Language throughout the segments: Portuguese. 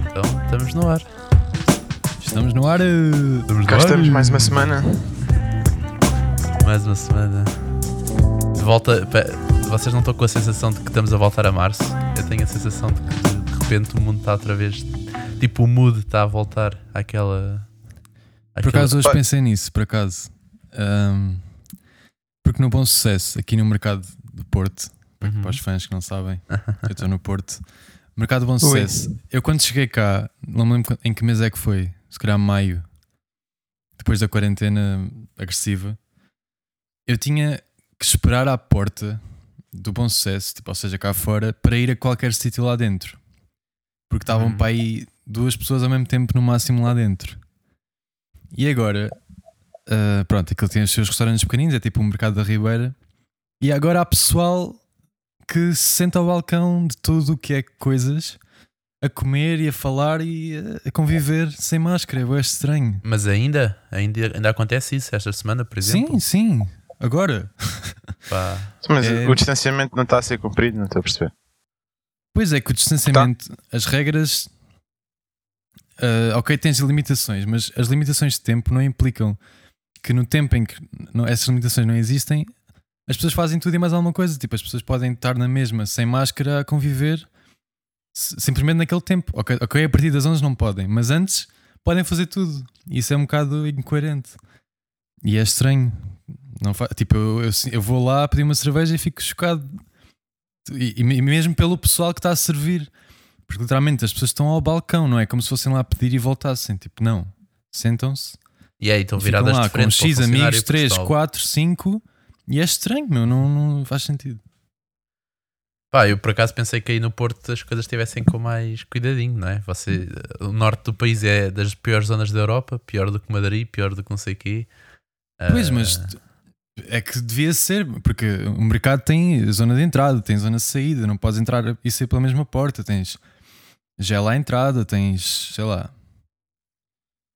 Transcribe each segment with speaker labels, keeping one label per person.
Speaker 1: Então, Estamos no ar. Estamos no ar. eh, Estamos
Speaker 2: Cá estamos mais um. uma semana.
Speaker 1: Mais uma semana. De volta. pa- Vocês não estão com a sensação de que estamos a voltar a março? Eu tenho a sensação de que de repente o mundo está outra vez. Tipo, o mood está a voltar àquela.
Speaker 3: Por
Speaker 1: àquele-
Speaker 3: acaso hoje
Speaker 2: Pá.
Speaker 3: pensei nisso, por acaso. Ahm, porque no Bom Sucesso, aqui no mercado do Porto,
Speaker 1: Uhum.
Speaker 3: para os fãs que não sabem, eu estou no Porto. Mercado do Bom Sucesso. Eu quando cheguei cá, não me lembro em que mês é que foi, se calhar maio, depois da quarentena agressiva, eu tinha que esperar à porta do Bom Sucesso, tipo, ou seja, cá fora, para ir a qualquer sítio lá dentro. Porque estavam
Speaker 1: Hum.
Speaker 3: para aí duas pessoas ao mesmo tempo no máximo lá dentro. E agora, ah, pronto, aquilo tem os seus restaurantes pequeninos, é tipo um mercado da Ribeira. E agora há pessoal que se senta ao balcão de tudo o que é coisas a comer e a falar e a- a conviver sem máscara. Eu acho estranho.
Speaker 1: Mas ainda, ainda, ainda acontece isso esta semana, por exemplo.
Speaker 3: Sim, sim. Agora.
Speaker 1: Pá.
Speaker 2: Mas
Speaker 3: É.
Speaker 2: o distanciamento não está a ser cumprido, não estou a perceber.
Speaker 3: Pois é que o distanciamento, as regras. ah, ok, tens limitações, mas as limitações de tempo não implicam que no tempo em que não- essas limitações não existem, as pessoas fazem tudo e mais alguma coisa. Tipo, as pessoas podem estar na mesma, sem máscara, a conviver se- simplesmente naquele tempo. Ok, ok, a partir das 11 não podem, mas antes podem fazer tudo. Isso é um bocado incoerente. E é estranho. Não fa... Tipo, eu, eu, eu vou lá pedir uma cerveja e fico chocado e, e me- mesmo pelo pessoal que está a servir. Porque literalmente as pessoas estão ao balcão, não é como se fossem lá pedir e voltassem. Tipo, não. Sentam-se.
Speaker 1: E aí, estão
Speaker 3: e ficam
Speaker 1: viradas
Speaker 3: lá
Speaker 1: de frente.
Speaker 3: com
Speaker 1: para o
Speaker 3: X
Speaker 1: funcionário
Speaker 3: amigos,
Speaker 1: e
Speaker 3: 3,
Speaker 1: pessoal.
Speaker 3: 4, 5. E é estranho, meu. Não, não faz sentido.
Speaker 1: Pá, eu por acaso pensei que aí no Porto as coisas estivessem com mais cuidadinho, não é? Você, o norte do país é das piores zonas da Europa, pior do que Madrid, pior do que não sei o quê. Ah,
Speaker 3: Pois, mas t- é que devia ser, porque o mercado tem zona de entrada, tem zona de saída, não podes entrar e sair pela mesma porta, tens já lá a entrada, tens, sei lá.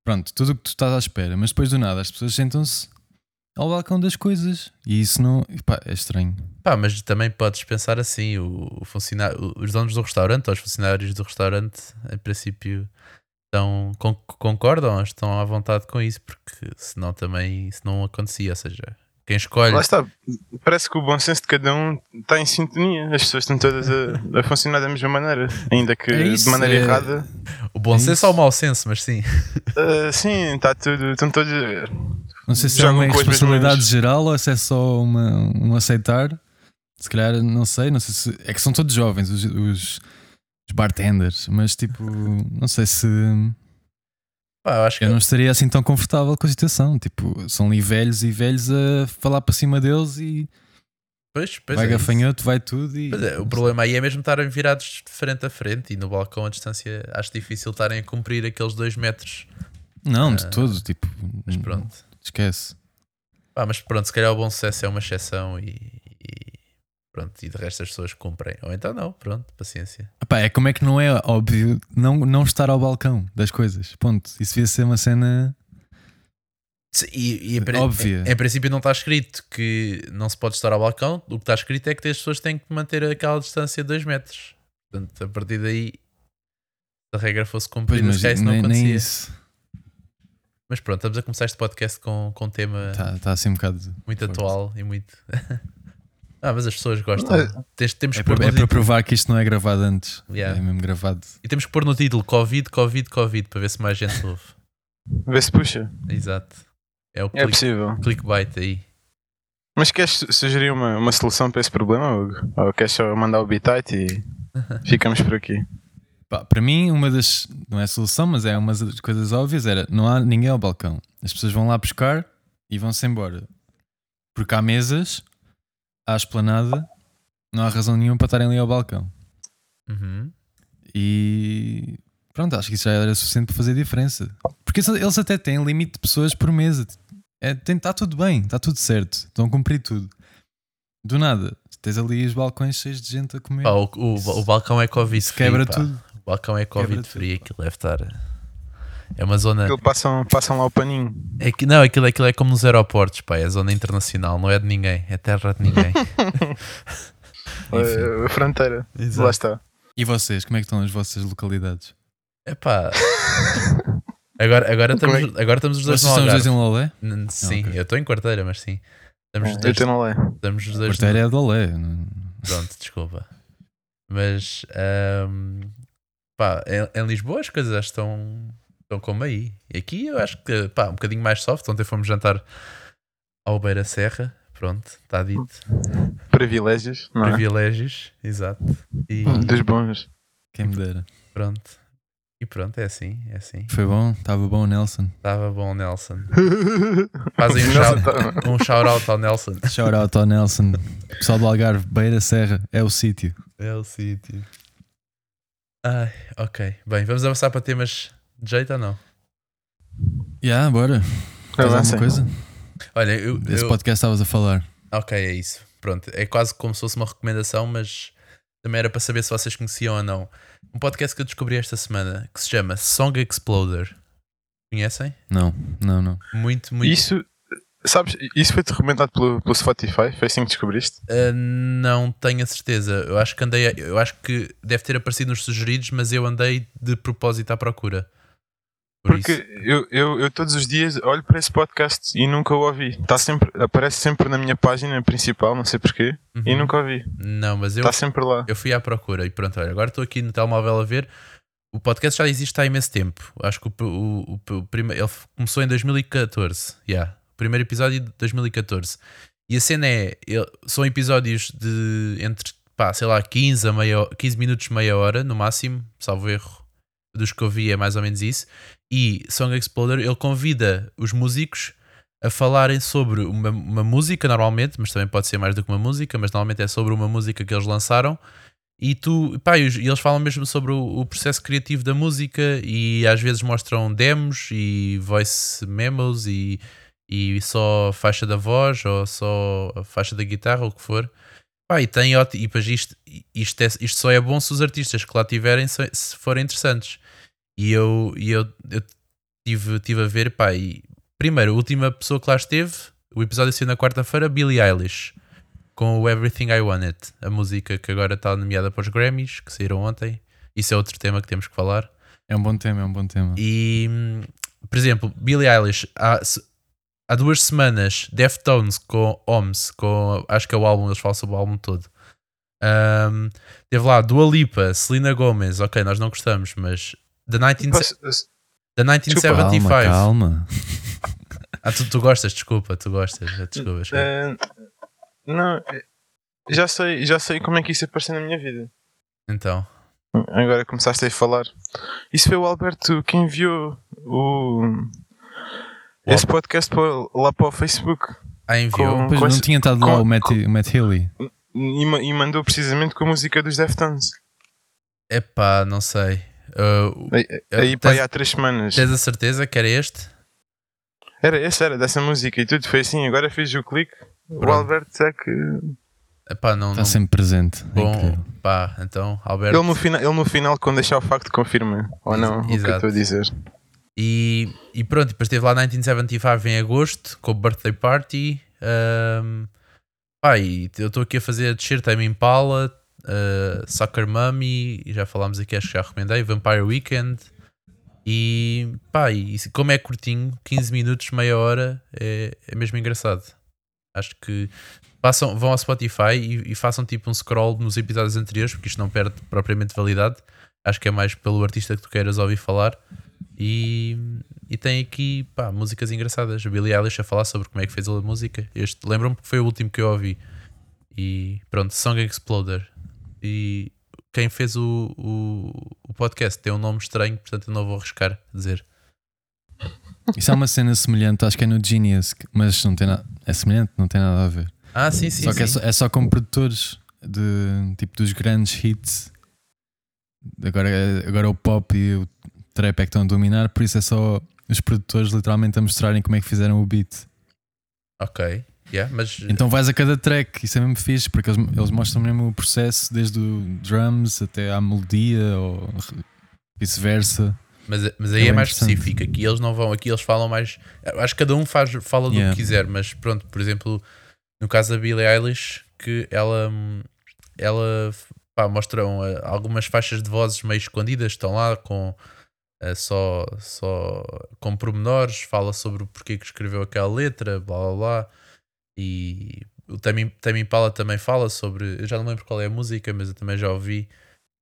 Speaker 3: Pronto, tudo o que tu estás à espera, mas depois do nada as pessoas sentam-se ao balcão das coisas e isso não. Pá, é estranho.
Speaker 1: Pá, mas também podes pensar assim: o, o funcionário, o- os donos do restaurante ou os funcionários do restaurante, em princípio, estão, con- concordam, estão à vontade com isso, porque senão também isso não acontecia. Ou seja, quem escolhe.
Speaker 2: Lá está, parece que o bom senso de cada um está em sintonia. As pessoas estão todas a, a funcionar da mesma maneira, ainda que
Speaker 3: É isso,
Speaker 2: de maneira
Speaker 3: é-
Speaker 2: errada.
Speaker 1: O bom
Speaker 3: É
Speaker 1: senso
Speaker 3: isso.
Speaker 1: ou o mau senso, mas sim.
Speaker 2: Ah, sim, está tudo, estão todos. a-
Speaker 3: Não sei se é
Speaker 2: Jogam
Speaker 3: uma
Speaker 2: com as
Speaker 3: responsabilidade
Speaker 2: mesmas-
Speaker 3: geral ou se é só uma, um aceitar. Se calhar, não sei, não sei se. É que são todos jovens, os, os- os bartenders, mas tipo, não sei se.
Speaker 1: Pá, eu acho que
Speaker 3: Eu não estaria assim tão confortável com a situação. Tipo, são ali velhos e velhos a falar para cima deles e
Speaker 1: pois, pois
Speaker 3: vai
Speaker 1: é isso.
Speaker 3: gafanhoto, vai tudo e.
Speaker 1: Pois é, o problema aí é mesmo estarem virados de frente a frente e no balcão a distância acho difícil estarem a cumprir aqueles dois metros.
Speaker 3: Não, de
Speaker 1: Ah,
Speaker 3: todo, tipo.
Speaker 1: Mas pronto.
Speaker 3: Esquece.
Speaker 1: Pá, mas pronto, se calhar o bom sucesso é uma exceção e, e pronto, e de resto as pessoas cumprem. Ou então não, pronto, paciência.
Speaker 3: Epá, é como é que não é óbvio não, não estar ao balcão das coisas. Ponto. Isso devia ser uma cena.
Speaker 1: Se- E, e em, pri-
Speaker 3: Óbvio.
Speaker 1: em- em princípio não está escrito que não se pode estar ao balcão, o que está escrito é que as pessoas têm que manter aquela distância de dois metros. Portanto, a partir daí, se a regra fosse
Speaker 3: Pois,
Speaker 1: cumprida,
Speaker 3: mas
Speaker 1: se calhar isso não
Speaker 3: nem, nem
Speaker 1: acontecia.
Speaker 3: isso.
Speaker 1: Mas pronto, estamos a começar este podcast com, com um tema
Speaker 3: Está tá assim um bocado.
Speaker 1: muito
Speaker 3: forte.
Speaker 1: atual e muito. ah, mas as pessoas gostam. Tens- temos
Speaker 3: É
Speaker 1: que pôr
Speaker 3: para,
Speaker 1: no
Speaker 3: é para
Speaker 1: título,
Speaker 3: provar que isto não é gravado antes.
Speaker 1: Yeah.
Speaker 3: É mesmo gravado.
Speaker 1: E temos que pôr no título Covid, Covid, Covid para ver se mais gente ouve.
Speaker 2: Vê se puxa.
Speaker 1: Exato. É o
Speaker 2: É
Speaker 1: click,
Speaker 2: possível.
Speaker 1: clickbait aí.
Speaker 2: Mas queres su- sugerir uma, uma solução para esse problema, Hugo? Ou queres só mandar o bitite e ficamos por aqui?
Speaker 3: Pá, para mim, uma das. Não é solução, mas é uma das coisas óbvias: era não há ninguém ao balcão. As pessoas vão lá buscar e vão-se embora. Porque há mesas, há esplanada, não há razão nenhuma para estarem ali ao balcão.
Speaker 1: Uhum.
Speaker 3: E. Pronto, acho que isso já era suficiente para fazer diferença. Porque isso- eles até têm limite de pessoas por mesa. É, tem, está tudo bem, está tudo certo. Estão a cumprir tudo. Do nada, tens ali os balcões cheios de gente a comer.
Speaker 1: Pá, o, o- o balcão é Covid.
Speaker 3: É. isso quebra
Speaker 1: free, Oh, pá.
Speaker 3: tudo.
Speaker 1: O balcão é Covid
Speaker 3: tudo,
Speaker 1: free,
Speaker 3: pá.
Speaker 1: aquilo deve estar. É uma zona.
Speaker 2: Aquilo passam, passam um lá o paninho.
Speaker 1: É que, não, aquilo, aquilo é como nos aeroportos, pá. É zona internacional, não é de ninguém. É terra de ninguém.
Speaker 2: Eh, A fronteira. Lá
Speaker 1: Exato.
Speaker 2: está.
Speaker 3: E vocês, como é que estão as vossas localidades?
Speaker 1: Epá. Agora, agora, estamos, agora estamos os
Speaker 3: Vocês
Speaker 1: dois no
Speaker 3: estão os dois
Speaker 1: Algarve.
Speaker 3: em Lolé?
Speaker 1: N- Sim,
Speaker 3: ok.
Speaker 1: eu estou em quarteira, mas sim. Estamos os
Speaker 2: Ah, Eu
Speaker 1: dois.
Speaker 2: tenho não lei.
Speaker 1: Estamos os dois
Speaker 3: Quarteira é de Lolé. não-
Speaker 1: Pronto, desculpa. Mas ahm, pá, em, em Lisboa as coisas acho que estão, estão como aí. E aqui eu acho que pá, um bocadinho mais soft. Ontem fomos jantar ao Beira Serra. Pronto, está dito.
Speaker 2: Privilégios, Ah, não é? Ah,
Speaker 1: Privilégios, exato. E
Speaker 2: Dos bons.
Speaker 3: Quem me dera.
Speaker 1: pronto. E pronto, é assim, é assim.
Speaker 3: Foi bom, estava bom, Nelson.
Speaker 1: Estava bom, Nelson. Fazem um
Speaker 2: Nelson tá-
Speaker 1: shout- um shout-out ao Nelson.
Speaker 3: Shout out ao Nelson. Pessoal do Algarve, Beira Serra, é o sítio.
Speaker 1: É o sítio. Ai, ok. Bem, vamos avançar para temas de jeito ou não?
Speaker 3: Ya, bora. Tens
Speaker 2: Avancem.
Speaker 3: alguma coisa?
Speaker 1: Olha, eu,
Speaker 3: Esse
Speaker 1: eu-
Speaker 3: podcast estavas a falar.
Speaker 1: Ok, é isso. Pronto, é quase como se fosse uma recomendação, mas também era para saber se vocês conheciam ou não. Um podcast que eu descobri esta semana que se chama Song Exploder. Conhecem?
Speaker 3: Não, não, não.
Speaker 1: Muito, muito.
Speaker 2: Isso, sabes, isso foi-te recomendado pelo, pelo Spotify? Foi assim que descobriste?
Speaker 1: Ah, não tenho a certeza. Eu acho que andei, eu acho que deve ter aparecido nos sugeridos, mas eu andei de propósito à procura. Por
Speaker 2: Porque
Speaker 1: isso.
Speaker 2: eu, eu, eu todos os dias olho para esse podcast e nunca o ouvi. Tá sempre, aparece sempre na minha página principal, não sei porquê, e
Speaker 1: Uhum.
Speaker 2: nunca ouvi.
Speaker 1: Não, mas eu
Speaker 2: Está sempre lá.
Speaker 1: Eu fui à procura e pronto, olha, agora estou aqui no telemóvel a ver. O podcast já existe há imenso tempo. Acho que o, o, o, o prime- ele f- começou em 2014. Yeah. O primeiro episódio de 2014. E a cena é: ele- são episódios de entre, pá, sei lá, 15, a meia, ho- 15 minutos, meia hora no máximo, salvo erro. Dos que eu vi é mais ou menos isso. E Song Exploder, ele convida os músicos a falarem sobre uma, uma música, normalmente, mas também pode ser mais do que uma música, mas normalmente é sobre uma música que eles lançaram e tu, pá, e os- e eles falam mesmo sobre o, o processo criativo da música e às vezes mostram demos e voice memos e, e só faixa da voz ou só a faixa da guitarra ou o que for. Pá, e tem óti- e depois isto, isto, é- isto só é bom se os artistas que lá tiverem se se forem interessantes. E eu, e eu, eu tive, tive a ver, pá, e primeiro, a última pessoa que lá esteve, o episódio saiu na quarta-feira, Billie Eilish com o Everything I Wanted, a música que agora está nomeada para os Grammys, que saíram ontem. Isso é outro tema que temos que falar.
Speaker 3: É um bom tema, é um bom tema.
Speaker 1: E, hum, por exemplo, Billie Eilish, há, se- há duas semanas, Deftones com OMS, com, acho que é o álbum, eles falam sobre o álbum todo. Ahm, teve lá Dua Lipa, Selena Gomez, ok, nós não gostamos, mas The, 19,
Speaker 2: Posso- se-
Speaker 1: the
Speaker 3: Calma,
Speaker 1: 1975.
Speaker 3: calma.
Speaker 1: Ah, tu, tu gostas, desculpa, tu gostas, desculpa. desculpa.
Speaker 2: eh, não, eh, já sei, já sei como é que isso apareceu na minha vida.
Speaker 1: Então,
Speaker 2: Agora começaste a falar. Isso foi o Alberto que enviou o, esse podcast para- lá para o Facebook
Speaker 1: a enviou.
Speaker 2: Com-
Speaker 3: Pois não
Speaker 2: esse-
Speaker 3: tinha estado
Speaker 2: com-
Speaker 3: lá o Matt, o Matt Healy.
Speaker 2: e, ma- e mandou precisamente com a música dos Deftones.
Speaker 1: Epá, não sei. Ah, o-
Speaker 2: Aí,
Speaker 1: Eu-
Speaker 2: aí para
Speaker 1: tens-
Speaker 2: aí há três semanas.
Speaker 1: Tens a certeza que era este?
Speaker 2: Era esse, era dessa música e tudo. Foi assim, agora fiz o clique.
Speaker 1: Pronto.
Speaker 2: O Alberto é que.
Speaker 1: Epá, não.
Speaker 3: Está
Speaker 1: não-
Speaker 3: Tá sempre presente. É
Speaker 1: Bom,
Speaker 3: incrível.
Speaker 1: pá, então, Alberto.
Speaker 2: Ele no, final, ele no final, quando deixar o facto, confirma ou não o que
Speaker 1: Exato.
Speaker 2: eu estou a dizer.
Speaker 1: E, e pronto, depois esteve lá 1975 em agosto, com o Birthday Party. ahm, pá, e eu estou aqui a fazer descer Time Impala, ah, Soccer Mummy, e já falámos aqui, acho que já recomendei, Vampire Weekend. E pá, e isso- como é curtinho, 15 minutos, meia hora, é, é mesmo engraçado. Acho que passam, vão ao Spotify e, e façam tipo um scroll nos episódios anteriores, porque isto não perde propriamente validade. Acho que é mais pelo artista que tu queiras ouvir falar. E, e tem aqui pá, músicas engraçadas. A Billie Eilish a falar sobre como é que fez a música. Este lembro-me que foi o último que eu ouvi. E pronto, Song Exploder. E quem fez o, o, o podcast tem um nome estranho, portanto eu não vou arriscar a dizer.
Speaker 3: Isso é uma cena semelhante, acho que é no Genius, que- mas não tem nada. É semelhante, não tem nada a ver.
Speaker 1: Ah, sim, sim.
Speaker 3: só
Speaker 1: sim.
Speaker 3: que É, só, é só com produtores de tipo dos grandes hits. Agora, agora o pop e o trap é que estão a dominar, por isso é só os produtores literalmente a mostrarem como é que fizeram o beat.
Speaker 1: Ok. Yeah, mas
Speaker 3: Então vais a cada track, isso é mesmo fixe, porque eles, eles mostram mesmo o processo, desde o drums até à melodia ou vice-versa.
Speaker 1: Mas, mas
Speaker 3: É
Speaker 1: aí é,
Speaker 3: bem
Speaker 1: mais
Speaker 3: interessante.
Speaker 1: específico. Aqui eles não vão, aqui eles falam mais. eu Acho que cada um faz, fala do
Speaker 3: Yeah.
Speaker 1: que quiser, mas pronto, por exemplo, no caso da Billie Eilish, que ela, hum, ela pá, mostram eh, algumas faixas de vozes meio escondidas, estão lá com eh, só, só com pormenores, fala sobre o porquê que escreveu aquela letra, blá blá blá. E o Tame Tame Impala também fala sobre. Eu já não lembro qual é a música, mas eu também já ouvi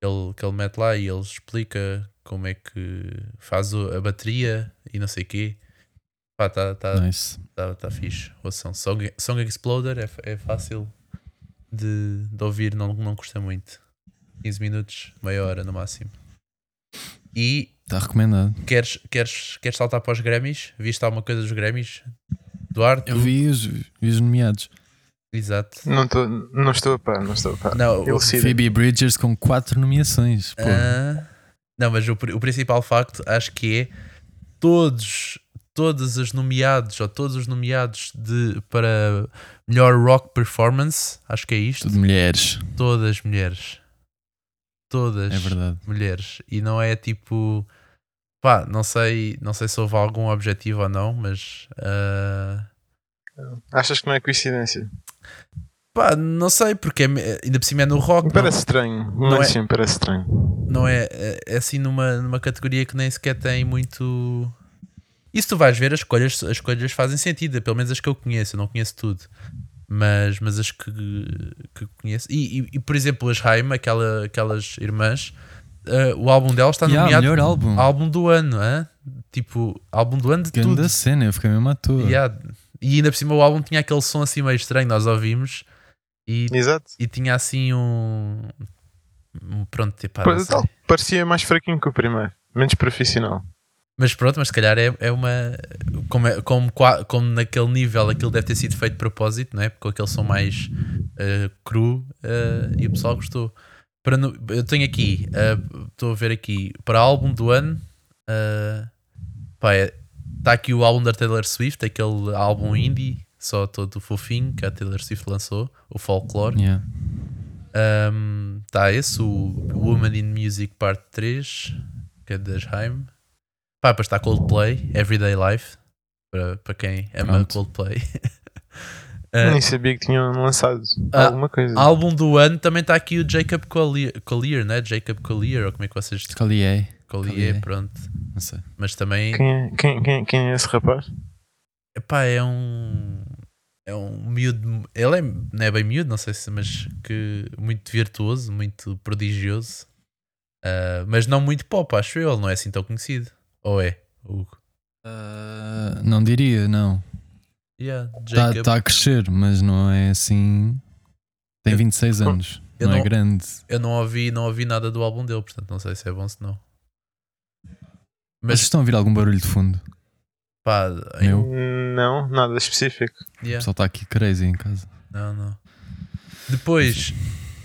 Speaker 1: ele, que ele mete lá e ele explica como é que faz o- a bateria e não sei o quê. Pá, tá, tá,
Speaker 3: Nice.
Speaker 1: Está tá fixe. Ouçam. Song, Song Exploder é, f- é fácil de, de ouvir, não, não custa muito. 15 minutos, meia hora no máximo. E
Speaker 3: Está Tá recomendado.
Speaker 1: queres, queres, queres saltar para os Grammys? Viste alguma coisa dos Grammys? Duarte?
Speaker 3: Eu vi os, vi os nomeados.
Speaker 1: Exato.
Speaker 2: Não, tô, não estou a par, não estou a par.
Speaker 1: Não, o-
Speaker 2: Elucida.
Speaker 3: Phoebe Bridgers com quatro nomeações. Pô.
Speaker 1: Ah, não, mas o, pri- o principal facto acho que é todos, todos os nomeados ou todos os nomeados de, para melhor rock performance, acho que é isto.
Speaker 3: Tudo mulheres.
Speaker 1: Todas mulheres. Todas
Speaker 3: É verdade.
Speaker 1: mulheres. E não é tipo. Pá, não sei, não sei se houve algum objetivo ou não, mas. ah,
Speaker 2: Achas que não é coincidência?
Speaker 1: pá, não sei, porque é, me- ainda por cima é no rock.
Speaker 2: Me
Speaker 1: Não,
Speaker 2: Parece estranho.
Speaker 1: é-
Speaker 2: Não sim, me parece estranho.
Speaker 1: não é, é- é assim numa, numa categoria que nem sequer tem muito. Isso tu vais ver, as escolhas, as escolhas fazem sentido, é pelo menos as que eu conheço, eu não conheço tudo. Mas, mas as que, que conheço. E, e- e, por exemplo, as Haim, aquela, aquelas irmãs, ah, o álbum delas está
Speaker 3: Yeah,
Speaker 1: nomeado
Speaker 3: melhor álbum.
Speaker 1: álbum do ano, hã? tipo, álbum do ano de
Speaker 3: Grande
Speaker 1: tudo.
Speaker 3: cena, eu fiquei mesmo à toa.
Speaker 1: Yeah. E é- ainda por cima o álbum tinha aquele som assim meio estranho, nós ouvimos e,
Speaker 2: Exato.
Speaker 1: e tinha assim um. um pronto, tipo, ah, não
Speaker 2: Pa-
Speaker 1: sei.
Speaker 2: tal, parecia mais fraquinho que o primeiro. Menos profissional.
Speaker 1: mas pronto, mas se calhar é, é uma. Como, é- como, qua- como naquele nível aquilo deve ter sido feito de propósito, não é? Porque aquele som mais eh, cru eh, e o pessoal gostou. Para no- eu tenho aqui, eh, estou a ver aqui, para álbum do ano, eh, pá, está aqui o álbum da Taylor Swift, aquele álbum indie, só todo fofinho que a Taylor Swift lançou, o Folklore.
Speaker 3: Yeah.
Speaker 1: Está tá, esse, o Woman in Music Part 3, que é das Haim. Pá, depois está Coldplay, Everyday Life, para, para quem ama
Speaker 3: Pronto.
Speaker 1: Coldplay. Eh,
Speaker 2: Nem sabia que tinham lançado
Speaker 1: Ah,
Speaker 2: alguma coisa.
Speaker 1: Álbum do ano também está aqui o Jacob Collier, Collier, né? Jacob Collier, ou como é que vocês dizem?
Speaker 3: Escolhi
Speaker 1: Collier,
Speaker 3: Collier.
Speaker 1: pronto.
Speaker 3: Não sei.
Speaker 1: Mas também,
Speaker 2: Quem, é, quem, quem, quem é esse rapaz?
Speaker 1: epá, é um. É um miúdo. Ele é, não é bem miúdo, não sei se, mas que muito virtuoso, muito prodigioso. Ah, mas não muito pop, acho eu. Ele não é assim tão conhecido. Ou é? Hugo?
Speaker 3: Ah, não diria, não.
Speaker 1: Yeah,
Speaker 3: Está
Speaker 1: Jacob.
Speaker 3: a crescer, mas não é assim. Tem 26 anos.
Speaker 1: eu
Speaker 3: não, é
Speaker 1: não-
Speaker 3: grande.
Speaker 1: Eu não ouvi, não ouvi nada do álbum dele, portanto não sei se é bom se não.
Speaker 3: Mas
Speaker 1: Mas
Speaker 3: estão a ouvir algum barulho de fundo.
Speaker 1: pá, em-
Speaker 3: Eu?
Speaker 2: Não, nada específico.
Speaker 3: O
Speaker 1: yeah.
Speaker 3: pessoal está aqui crazy em casa.
Speaker 1: Não, não. Depois,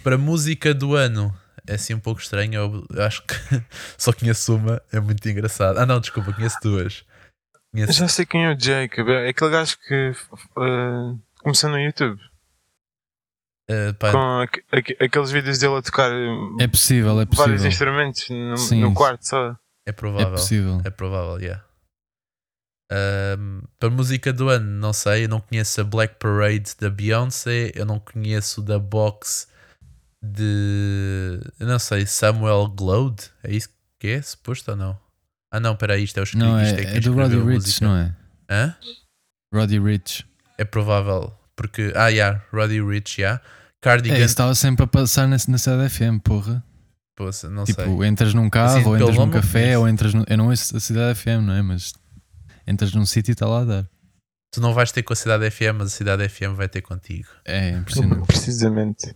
Speaker 1: para música do ano, é assim um pouco estranho. Eu eu acho que só conheço uma, é muito engraçado. Ah, não, desculpa, conheço duas. Conheço-
Speaker 2: Já sei quem é o Jacob. É aquele gajo que eh, começou no YouTube.
Speaker 1: eh, pá,
Speaker 2: Com aque- aque- aqueles vídeos dele a tocar eh,
Speaker 3: É possível, é
Speaker 2: vários
Speaker 3: possível.
Speaker 2: instrumentos no,
Speaker 3: Sim.
Speaker 2: no quarto só.
Speaker 1: é
Speaker 3: É
Speaker 1: provável.
Speaker 3: possível.
Speaker 1: É provável, yeah. Ahm, para música do ano, não sei. Eu não conheço a Black Parade da Beyoncé. Eu não conheço da Box de. Eu não sei, Samuel Glode. É isso que é? Suposto ou não? Ah, não, peraí, isto é o escrito.
Speaker 3: Não,
Speaker 1: isto é,
Speaker 3: é,
Speaker 1: quem
Speaker 3: é do Roddy
Speaker 1: escreveu a
Speaker 3: Rich,
Speaker 1: música.
Speaker 3: não é?
Speaker 1: Hã?
Speaker 3: Roddy Rich.
Speaker 1: É provável. Porque. Ah, yeah, Roddy Rich, yeah. Cardigan.
Speaker 3: É, isso estava sempre a passar na, na CDFM, porra.
Speaker 1: Poça, não
Speaker 3: tipo,
Speaker 1: sei.
Speaker 3: entras num carro,
Speaker 1: Assim,
Speaker 3: ou
Speaker 1: pelo
Speaker 3: entras num
Speaker 1: nome,
Speaker 3: café,
Speaker 1: isso.
Speaker 3: ou entras num. Eu não ouço a cidade FM, não é? Mas entras num sítio e está lá a dar.
Speaker 1: Tu não vais ter com a Cidade FM, mas a Cidade FM vai ter contigo.
Speaker 3: É impressionante.
Speaker 2: Precisamente.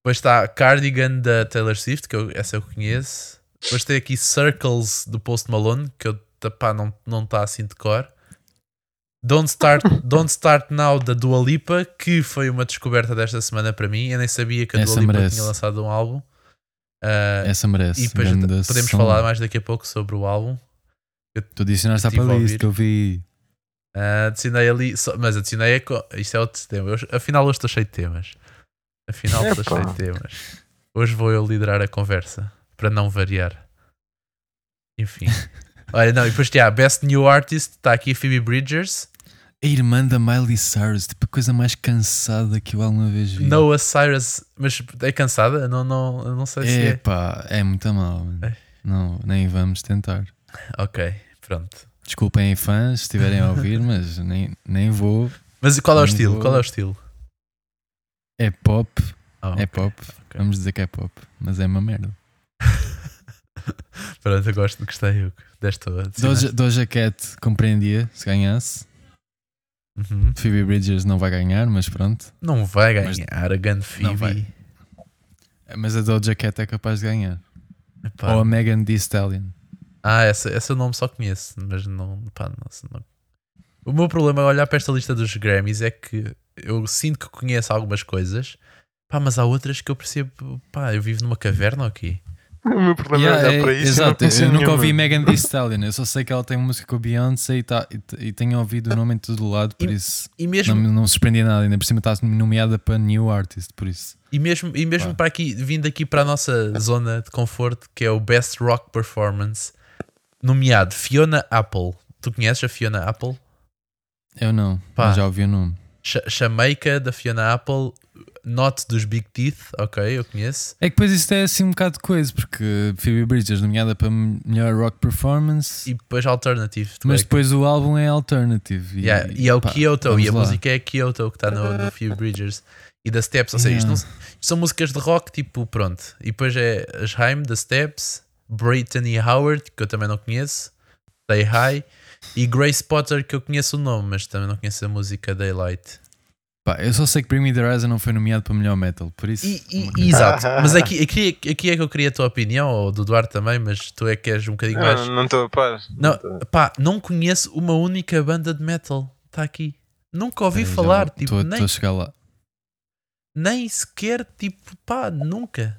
Speaker 1: Depois está Cardigan da Taylor Swift, que eu- essa eu conheço. Depois tem aqui Circles do Post Malone, que eu tá- pá, não está não tá assim de cor. Don't Start, Don't Start Now da Dua Lipa, que foi uma descoberta desta semana para mim. Eu nem sabia que a
Speaker 3: Essa
Speaker 1: Dua Lipa
Speaker 3: merece.
Speaker 1: tinha lançado um álbum. Ah,
Speaker 3: Essa merece.
Speaker 1: e depois
Speaker 3: grande
Speaker 1: podemos
Speaker 3: som.
Speaker 1: falar mais daqui a pouco sobre o álbum.
Speaker 3: Tu adicionaste à
Speaker 1: Tive a
Speaker 3: playlist
Speaker 1: ouvir.
Speaker 3: que eu vi.
Speaker 1: Ah, adicionei ali, só- mas adicionei. a co- Isto é outro tema. Hoje- afinal, hoje estou cheio de temas. Afinal, estou
Speaker 2: Epá.
Speaker 1: cheio de temas. Hoje vou eu liderar a conversa para não variar. Enfim, olha, não, e depois tem a Best New Artist. Está aqui a Phoebe Bridgers,
Speaker 3: A irmã da Miley Cyrus, tipo a coisa mais cansada que eu alguma vez vi.
Speaker 1: Noah Cyrus. Mas é cansada? Não, não, eu não sei se é.
Speaker 3: Epá, é muito mal. mano.
Speaker 1: É.
Speaker 3: Não, nem vamos tentar.
Speaker 1: Ok, pronto.
Speaker 3: Desculpem fãs se estiverem a ouvir, mas nem, nem vou.
Speaker 1: Mas qual é o
Speaker 3: Não
Speaker 1: estilo?
Speaker 3: vou-
Speaker 1: Qual é o estilo?
Speaker 3: É pop,
Speaker 1: Ah,
Speaker 3: é pop.
Speaker 1: ok.
Speaker 3: Vamos dizer que é pop, mas é uma merda.
Speaker 1: Pronto, eu gosto, gostei, Hugo. Desta desta-
Speaker 3: Doja, Doja Cat compreendia se ganhasse.
Speaker 1: Uhum.
Speaker 3: Phoebe Bridgers não vai ganhar, mas pronto.
Speaker 1: Não vai
Speaker 3: Mas-
Speaker 1: ganhar a grande Phoebe.
Speaker 3: Não vai. Mas a Doja Cat é capaz de ganhar.
Speaker 1: Epá.
Speaker 3: Ou a Megan Thee Stallion.
Speaker 1: Ah, essa, esse eu nome só conheço, mas não, pá, não, sei, não- O meu problema é olhar para esta lista dos Grammys é que eu sinto que conheço algumas coisas, pá, mas há outras que eu percebo, pá, eu vivo numa caverna aqui.
Speaker 2: O meu problema
Speaker 3: Yeah,
Speaker 2: é olhar
Speaker 3: é-
Speaker 2: para isso. e não
Speaker 3: exato,
Speaker 2: conhecer
Speaker 3: eu nunca
Speaker 2: nenhuma.
Speaker 3: ouvi Megan Thee Stallion. Eu só sei que ela tem uma música com a Beyoncé e, tá, e, t- e tenho ouvido o nome em todo lado, por isso
Speaker 1: E mesmo,
Speaker 3: não, não surpreendi nada. Ainda por cima está nomeada para New Artist, por isso.
Speaker 1: e mesmo, e mesmo
Speaker 3: Pá.
Speaker 1: para aqui, vindo aqui para a nossa zona de conforto, que é o Best Rock Performance, nomeado Fiona Apple. Tu conheces a Fiona Apple?
Speaker 3: Eu não,
Speaker 1: Pá.
Speaker 3: mas já ouvi o nome.
Speaker 1: Sh- Jamaica da Fiona Apple, Not dos Big Teeth, ok, eu conheço.
Speaker 3: É que depois isto é assim um bocado de coisa, porque Phoebe Bridgers nomeada para melhor rock performance,
Speaker 1: E depois Alternative.
Speaker 3: mas
Speaker 1: track.
Speaker 3: depois o álbum é alternative.
Speaker 1: Yeah, e é o
Speaker 3: pá,
Speaker 1: Kyoto,
Speaker 3: vamos
Speaker 1: e a
Speaker 3: lá.
Speaker 1: música é Kyoto que está no, no Few Bridgers e da Steps. Ou seja, isto, não,
Speaker 3: Yeah.
Speaker 1: isto são músicas de rock, tipo, pronto. E depois é as Haim, da Steps, Brittany Howard, que eu também não conheço, Day High, e Grace Potter, que eu conheço o nome, mas também não conheço a música Daylight.
Speaker 3: Pá, eu só sei que Bring Me the Horizon não foi nomeado para melhor metal, por isso.
Speaker 1: E, e- e- exato, mas aqui, aqui, aqui é que eu queria a tua opinião, ou do Duarte também, mas tu é que és um bocadinho mais.
Speaker 2: Ah, Não estou a par.
Speaker 1: Não, pá, não conheço uma única banda de metal, está aqui. Nunca ouvi falar, tipo,
Speaker 3: Estou
Speaker 1: nem
Speaker 3: a chegar lá.
Speaker 1: nem sequer, tipo, pá, nunca.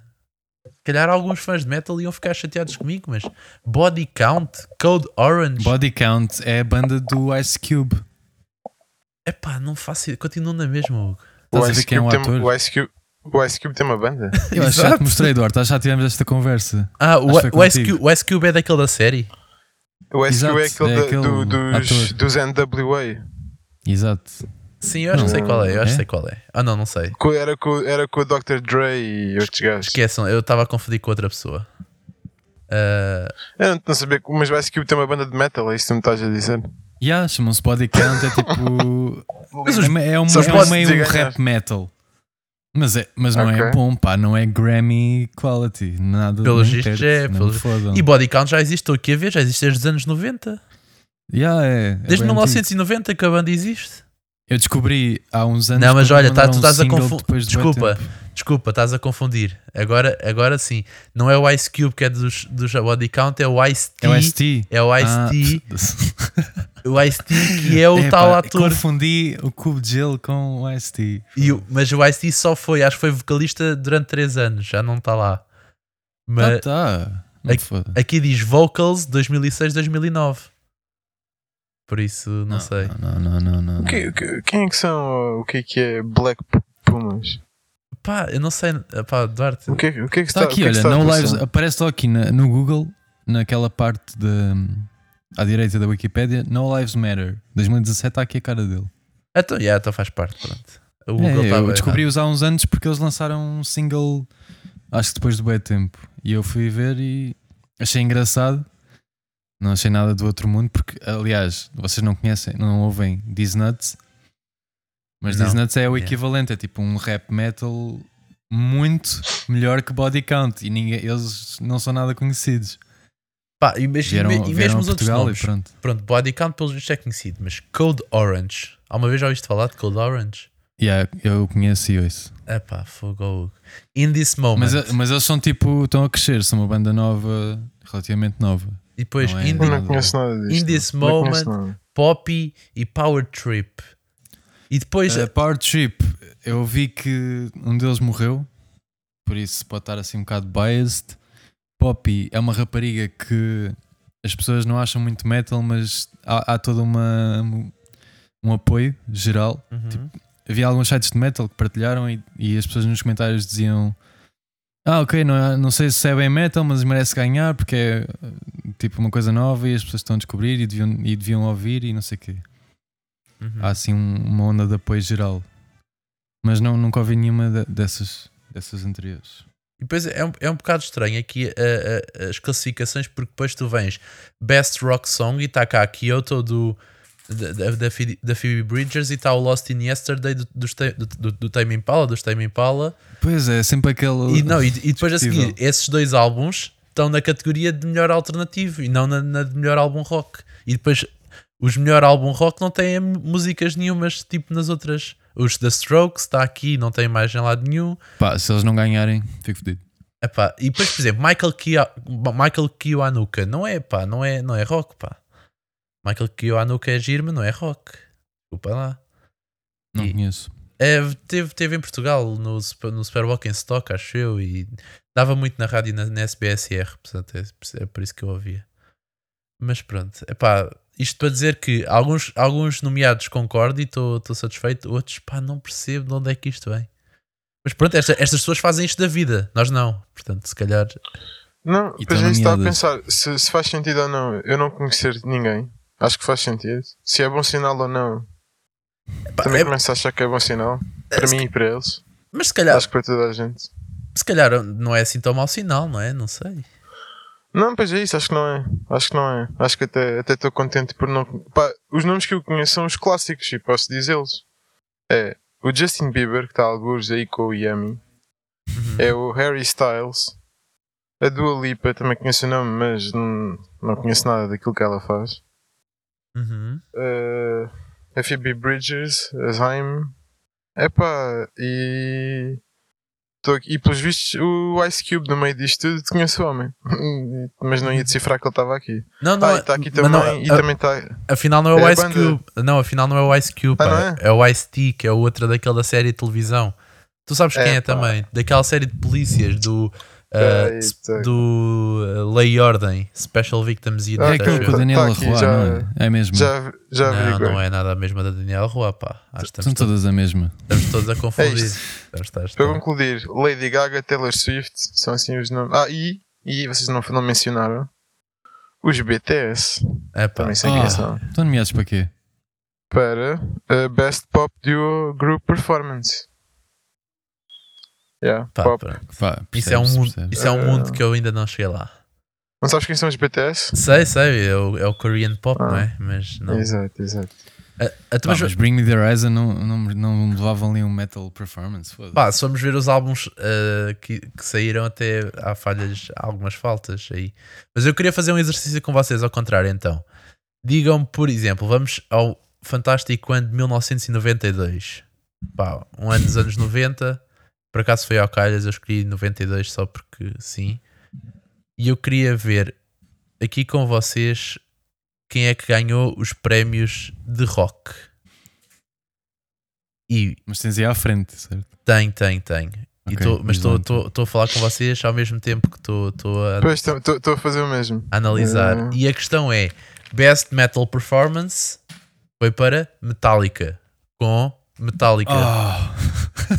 Speaker 1: Se calhar alguns fãs de metal iam ficar chateados comigo, mas Body Count, Code Orange,
Speaker 3: Body Count é a banda do Ice Cube.
Speaker 1: é pá, não faço ideia, continuam na mesma. Hugo.
Speaker 3: Estás
Speaker 2: O
Speaker 3: a ver
Speaker 2: Ice,
Speaker 3: quem é
Speaker 2: Cube
Speaker 3: o
Speaker 2: tem,
Speaker 3: ator?
Speaker 2: o, Ice Cube, o Ice Cube tem uma banda?
Speaker 3: Eu acho que já
Speaker 1: Exato.
Speaker 3: te mostrei, Eduardo. Acho que já tivemos esta conversa.
Speaker 1: Ah, o,
Speaker 3: Acho que foi
Speaker 1: o, Ice
Speaker 3: contigo.
Speaker 1: Cube, o Ice Cube é daquele da série?
Speaker 2: O Ice Cube é
Speaker 3: Exato,
Speaker 2: aquele,
Speaker 3: é
Speaker 2: da-
Speaker 3: aquele
Speaker 2: do- dos,
Speaker 3: ator.
Speaker 2: dos NWA.
Speaker 3: Exato.
Speaker 1: Sim, eu acho que sei
Speaker 2: Não.
Speaker 1: qual é, eu acho que
Speaker 3: É?
Speaker 1: sei qual é. Ah, não, não sei.
Speaker 2: Co- Era com, era com o Dr. Dre e outros gajos.
Speaker 1: Esqueçam, eu estava a confundir com outra pessoa. Ah,
Speaker 2: Eu É, não, não sabia, que- mas o Ice Cube tem uma banda de metal, é isso que tu me estás a dizer.
Speaker 3: Yeah, chamam-se Body Count, é tipo.
Speaker 2: Mas os-
Speaker 3: é, uma- é um,
Speaker 2: só os
Speaker 3: é
Speaker 2: podes
Speaker 3: um meio
Speaker 2: dizer ganhar.
Speaker 3: rap metal. Mas, é, mas não é
Speaker 2: Ok.
Speaker 3: bom, pá, não é Grammy quality, nada
Speaker 1: Pelos
Speaker 3: nem
Speaker 1: vistos
Speaker 3: perto,
Speaker 1: é,
Speaker 3: não
Speaker 1: pelos-
Speaker 3: me fodam.
Speaker 1: e Body Count já existe, estou aqui a ver, já existe desde os anos 90.
Speaker 3: Yeah, é, é
Speaker 1: Desde
Speaker 3: bem antigo.
Speaker 1: 1990 que a banda existe.
Speaker 3: Eu descobri há uns anos.
Speaker 1: Não, mas
Speaker 3: quando
Speaker 1: olha, tá-
Speaker 3: mandaram
Speaker 1: tu
Speaker 3: um
Speaker 1: estás a
Speaker 3: single
Speaker 1: confu-
Speaker 3: depois de bué
Speaker 1: Desculpa.
Speaker 3: tempo.
Speaker 1: Desculpa, estás a confundir. Agora, agora sim, não é o Ice Cube que é dos, dos Body Count, é o Ice T.
Speaker 3: É o Ah. ST.
Speaker 1: É o
Speaker 3: Ah,
Speaker 1: Ice-T, o Ice-T que é o
Speaker 3: é,
Speaker 1: tal
Speaker 3: pá,
Speaker 1: ator.
Speaker 3: Confundi o cubo de gelo com o ST.
Speaker 1: E o- mas o Ice-T só foi, acho que foi vocalista durante 3 anos, já não está lá. Mas
Speaker 3: Ah, tá. Não
Speaker 1: É-
Speaker 3: te foda.
Speaker 1: aqui diz Vocals 2006-2009. Por isso, não, sei.
Speaker 3: Não, não, não, não.
Speaker 2: O que- o que- quem é que são? O que é que é Black P- Pumas?
Speaker 1: Pá, eu não sei. Pá, Duarte,
Speaker 2: O que, é- o que é que está,
Speaker 3: Está
Speaker 2: o
Speaker 3: Tá aqui,
Speaker 2: que é que
Speaker 3: olha,
Speaker 2: está a
Speaker 3: não
Speaker 2: passar?
Speaker 3: lives, aparece só aqui na- no Google, naquela parte de, hum, à direita da Wikipédia, No Lives Matter. 2017 está aqui a cara dele.
Speaker 1: então, yeah, então faz parte. Pronto. O
Speaker 3: É,
Speaker 1: Google tá
Speaker 3: eu
Speaker 1: estava
Speaker 3: descobri-os há uns anos porque eles lançaram um single, acho que depois de bem tempo. E eu fui ver e achei engraçado. Não achei nada do outro mundo, porque, aliás, vocês não conhecem, não ouvem These Nuts. Mas
Speaker 1: Não.
Speaker 3: These Nuts é o
Speaker 1: Yeah.
Speaker 3: equivalente, é tipo um rap metal muito melhor que Body Count. E ninguém, eles não são nada conhecidos.
Speaker 1: Pá, e, mes- e
Speaker 3: Vieram,
Speaker 1: me- e
Speaker 3: vieram
Speaker 1: mesmo
Speaker 3: a
Speaker 1: os outros
Speaker 3: Portugal e
Speaker 1: nomes.
Speaker 3: pronto.
Speaker 1: Pronto, Body Count pelos vistos é conhecido, mas Code Orange. Alguma vez já ouviste falar de Code Orange?
Speaker 3: Yeah, eu conheci isso.
Speaker 1: Epá, fogo. In this moment.
Speaker 3: Mas, mas eles são tipo, estão a crescer, são uma banda nova, relativamente nova.
Speaker 1: e depois
Speaker 3: não é
Speaker 1: in,
Speaker 2: Eu
Speaker 1: thi-
Speaker 2: não conheço nada disto.
Speaker 1: in This
Speaker 2: não conheço
Speaker 1: Moment,
Speaker 2: nada.
Speaker 1: Poppy e Power Trip. E depois.
Speaker 3: A Power Trip, eu vi que um deles morreu, por isso pode estar assim um bocado biased. Poppy é uma rapariga que as pessoas não acham muito metal, mas há, há todo uma, um apoio geral.
Speaker 1: Uhum.
Speaker 3: Havia alguns sites de metal que partilharam e, e as pessoas nos comentários diziam: Ah, ok, não, é- não sei se é bem metal, mas merece ganhar porque é eh, tipo uma coisa nova e as pessoas estão a descobrir e deviam, e deviam ouvir e não sei o quê
Speaker 1: uhum.
Speaker 3: há assim um- uma onda de apoio geral. Mas não, nunca ouvi nenhuma de- dessas, dessas anteriores.
Speaker 1: E depois é um, é um bocado estranho aqui a- a- as classificações, porque depois tu vens Best Rock Song e está cá Kyoto do, da, da, da Phoebe- da Phoebe Bridgers e está o Lost in Yesterday do, dos Te- do, do, do Tame Impala, dos Tame Impala.
Speaker 3: Pois é, sempre aquele.
Speaker 1: E, não, e, e depois a seguir,
Speaker 3: discutível.
Speaker 1: esses dois álbuns estão na categoria de melhor alternativo e não na, na de melhor álbum rock. E depois os melhor álbum rock não têm músicas nenhumas, tipo nas outras. Os The Strokes está aqui, não tem mais em lado nenhum.
Speaker 3: Pá, se eles não ganharem, fico fodido.
Speaker 1: Epá, e depois, por exemplo, Michael, Kia, Michael Kiwanuka não é, pá, não é, não é rock, pá. Michael Kiwanuka é giro, mas não é rock. Desculpa lá.
Speaker 3: Não
Speaker 1: E-
Speaker 3: conheço.
Speaker 1: É, teve, teve em Portugal, no, Super- no Superwalk em Stock, acho eu, e dava muito na rádio e na, na SBSR, portanto é, é por isso que eu ouvia. Mas pronto, epá, isto para dizer que alguns, alguns nomeados concordo e estou satisfeito, outros, pá, não percebo de onde é que isto vem. Mas pronto, esta- estas pessoas fazem isto da vida, nós não. Portanto, se calhar
Speaker 2: Não,
Speaker 3: E
Speaker 2: pois
Speaker 3: tão
Speaker 2: é isso que estava a
Speaker 3: nomeadas.
Speaker 2: pensar. Se, se faz sentido ou não eu não conhecer ninguém, acho que faz sentido. Se é bom sinal ou não,
Speaker 1: Pá,
Speaker 2: também
Speaker 1: é-
Speaker 2: começo a achar que é bom sinal. Para
Speaker 1: se-
Speaker 2: mim e para eles.
Speaker 1: mas se calhar,
Speaker 2: Acho que para toda a gente.
Speaker 1: se calhar não é assim tão mau sinal, não é? Não sei.
Speaker 2: Não, pois é isso, acho que não é. Acho que não é. Acho que até até estou contente por não. Pá, os nomes que eu conheço são os clássicos e posso dizê-los. É o Justin Bieber, que está a alguns aí com o Yami.
Speaker 1: Uhum.
Speaker 2: É o Harry Styles. A Dua Lipa, também conheço o nome, mas não, não conheço nada daquilo que ela faz.
Speaker 1: Uhum.
Speaker 2: Eh, a Phoebe Bridgers, a Zayn. Epá, e. Tô aqui, e pelos vistos, o Ice Cube no meio disto tudo conheço o homem. mas não ia decifrar que ele estava aqui.
Speaker 1: Não, é, não,
Speaker 2: Ah, e está aqui
Speaker 1: mas
Speaker 2: também.
Speaker 1: não,
Speaker 2: e
Speaker 1: a-
Speaker 2: também está.
Speaker 1: Afinal não é o
Speaker 2: É a
Speaker 1: Ice
Speaker 2: banda.
Speaker 1: Cube. Não, afinal não é o Ice Cube.
Speaker 2: Ah,
Speaker 1: pá.
Speaker 2: não
Speaker 1: é? o Ice T, que é outra daquela série de televisão. Tu sabes quem
Speaker 2: É,
Speaker 1: é,
Speaker 2: pá.
Speaker 1: também? Daquela série de polícias do. ah,
Speaker 2: Eita.
Speaker 1: s- do ah, Lei e Ordem, Special Victims Unit.
Speaker 2: Ah,
Speaker 3: É aquele
Speaker 1: acho
Speaker 3: com o
Speaker 1: eu.
Speaker 2: tá
Speaker 3: Daniel
Speaker 2: aqui,
Speaker 3: Arroa,
Speaker 2: já-
Speaker 3: não é? É mesmo.
Speaker 2: Já, já
Speaker 1: Não,
Speaker 2: averiguei.
Speaker 1: não é nada a mesma da Daniela Rua, pá. Acho que
Speaker 3: São
Speaker 1: estamos, todos,
Speaker 3: Ah, todas a mesma.
Speaker 1: estamos
Speaker 2: É
Speaker 1: todos a confundir.
Speaker 2: isto.
Speaker 1: Estamos- estamos-
Speaker 2: Para concluir, Lady Gaga, Taylor Swift, são assim os nomes. Ah, e, e vocês não, não mencionaram os BTS,
Speaker 1: É, pá.
Speaker 2: também sei
Speaker 3: Ah.
Speaker 2: quem são,
Speaker 3: Estão nomeados para quê?
Speaker 2: para a Best Pop Duo Group Performance. Yeah,
Speaker 1: Pá,
Speaker 2: pop.
Speaker 1: pronto.
Speaker 3: Pá,
Speaker 1: Isso é um
Speaker 3: percebes,
Speaker 1: mundo-
Speaker 3: percebes.
Speaker 1: isso é um mundo
Speaker 2: Ah.
Speaker 1: que eu ainda não cheguei lá.
Speaker 2: Não sabes quem são os BTS?
Speaker 1: Sei, sei, é o, é o Korean Pop,
Speaker 2: Ah.
Speaker 1: não é? Mas não.
Speaker 2: Exato, exato.
Speaker 1: Ah, ah, tu
Speaker 3: Pá,
Speaker 1: mas-
Speaker 3: mas Bring Me the Horizon não, não, não levavam ali um metal performance. foda-se.
Speaker 1: Pá, se formos ver os álbuns ah, que, que saíram, até há falhas, há algumas faltas aí. Mas eu queria fazer um exercício com vocês, ao contrário, então. Digam-me, por exemplo, vamos ao fantástico ano de 1992. Pá, um ano dos anos 90. Por acaso foi ao calhas, eu escolhi 92 só porque sim. E eu queria ver aqui com vocês quem é que ganhou os prémios de rock. E
Speaker 3: Mas tens aí à frente, certo?
Speaker 1: tenho, tenho, tenho. E
Speaker 3: Ok,
Speaker 1: tô- mas
Speaker 3: diz lá então.
Speaker 1: estou a falar com vocês ao mesmo tempo que estou a
Speaker 2: Pois estou a fazer o mesmo.
Speaker 1: a analisar.
Speaker 2: Hum.
Speaker 1: E a questão é: Best Metal Performance foi para Metallica. Com Metallica.
Speaker 3: Ah.
Speaker 2: Ah,